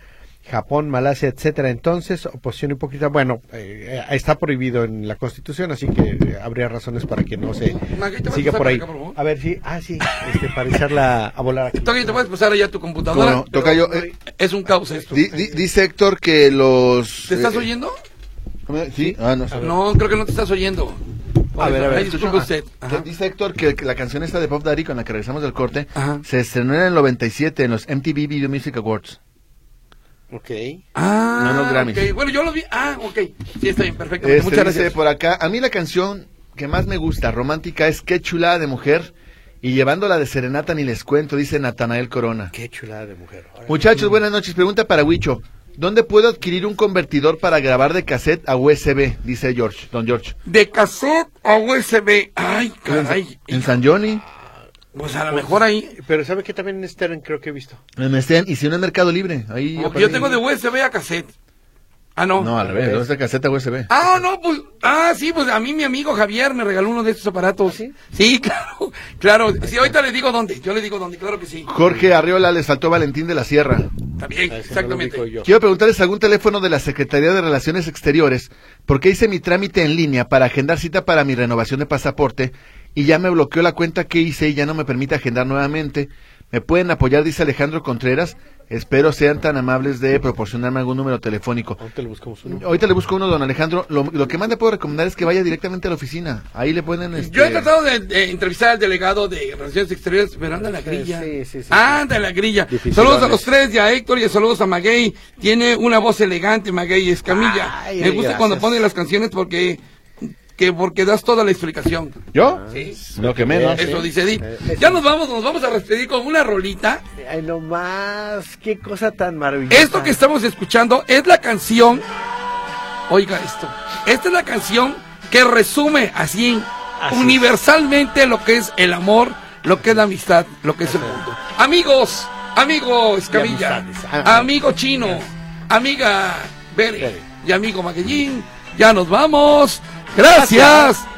S3: Japón, Malasia, etcétera. Entonces, oposición hipócrita, bueno, eh, eh, está prohibido en la Constitución, así que eh, habría razones para que no se
S1: Maguey, ¿te vas a
S3: siga
S1: pasar
S3: por ahí.
S1: para acá, por favor?
S3: A ver, sí, ah, sí, este, para echarla a volar aquí.
S1: Toca, te puedes pasar allá tu computadora.
S2: Bueno, toca yo. eh,
S1: Es un caos esto.
S2: di- di- dice Héctor que los.
S1: ¿Te estás
S2: eh,
S1: oyendo?
S2: ¿cómo era? Sí. Ah, no. sé.
S1: No, creo que no te estás oyendo.
S3: A ver, a ver,
S1: Ay, disculpe usted. Ajá.
S2: Dice Héctor que, que la canción esta de Pop Daddy con la que regresamos del corte
S1: Ajá.
S2: se estrenó en el 97 en los MTV Video Music Awards.
S3: Ok.
S1: Ah,
S2: No en los Grammys.
S1: ok. Bueno, yo lo vi. Ah, ok. Sí, está bien, perfecto.
S2: Este,
S1: Muchas
S2: dice
S1: gracias.
S2: por acá, a mí la canción que más me gusta, romántica, es Qué chulada de mujer y llevándola de serenata ni les cuento, dice Natanael Corona.
S3: Qué chulada de mujer. Ahora-
S2: Muchachos, buenas noches. Pregunta para Huicho. ¿Dónde puedo adquirir un convertidor para grabar de cassette a USB? Dice George, don George.
S1: De cassette a USB. Ay, caray.
S2: En San Johnny,
S1: Pues a lo mejor ahí.
S3: Pero ¿sabe que también en Stern creo que he visto?
S2: en Mestén, y si no en Mercado Libre. Ahí
S1: Yo
S2: aparece.
S1: tengo de USB a cassette. Ah, no.
S2: No, al revés, no es de cassette a USB.
S1: Ah, no, pues, ah, sí, pues a mí mi amigo Javier me regaló uno de estos aparatos. ¿Sí? claro, claro. Sí, ahorita le digo dónde, yo le digo dónde, claro que sí.
S2: Jorge Arriola les faltó Valentín de la Sierra.
S1: También,
S3: Ah, ese no lo
S1: exactamente.
S3: ubico yo.
S2: Quiero preguntarles algún teléfono de la Secretaría de Relaciones Exteriores, porque hice mi trámite en línea para agendar cita para mi renovación de pasaporte y ya me bloqueó la cuenta que hice y ya no me permite agendar nuevamente. ¿Me pueden apoyar? Dice Alejandro Contreras. Espero sean tan amables de proporcionarme algún número telefónico.
S3: Ahorita le buscamos uno.
S2: Ahorita le busco uno, don Alejandro. Lo, lo que más le puedo recomendar es que vaya directamente a la oficina. Ahí le pueden... este,
S1: Yo he tratado de, de entrevistar al delegado de Relaciones Exteriores, pero anda en la grilla.
S3: Sí, sí, sí.
S1: Anda en la grilla.
S3: Difícil,
S1: saludos a
S3: ¿vale?
S1: los tres y a Héctor y a saludos a Maguey. Tiene una voz elegante, Maguey Escamilla.
S3: Ay,
S1: Me
S3: ay,
S1: gusta
S3: gracias.
S1: cuando pone las canciones porque, que porque das toda la explicación.
S2: ¿Yo?
S1: Sí.
S2: Lo que menos.
S1: Eso dice Di.
S3: Eh, eso.
S1: Ya nos vamos, nos vamos a despedir con una rolita.
S3: Ay, no más, qué cosa tan maravillosa.
S1: Esto que estamos escuchando es la canción. Oiga esto. Esta es la canción que resume así,
S3: Así es.
S1: universalmente lo que es el amor, lo que es la amistad, lo que es el mundo. Amigos, amigo Escamilla,
S3: Y amistades. Ah,
S1: amigo chino, amiga Bere y amigo Maguellín, ya nos vamos. Gracias.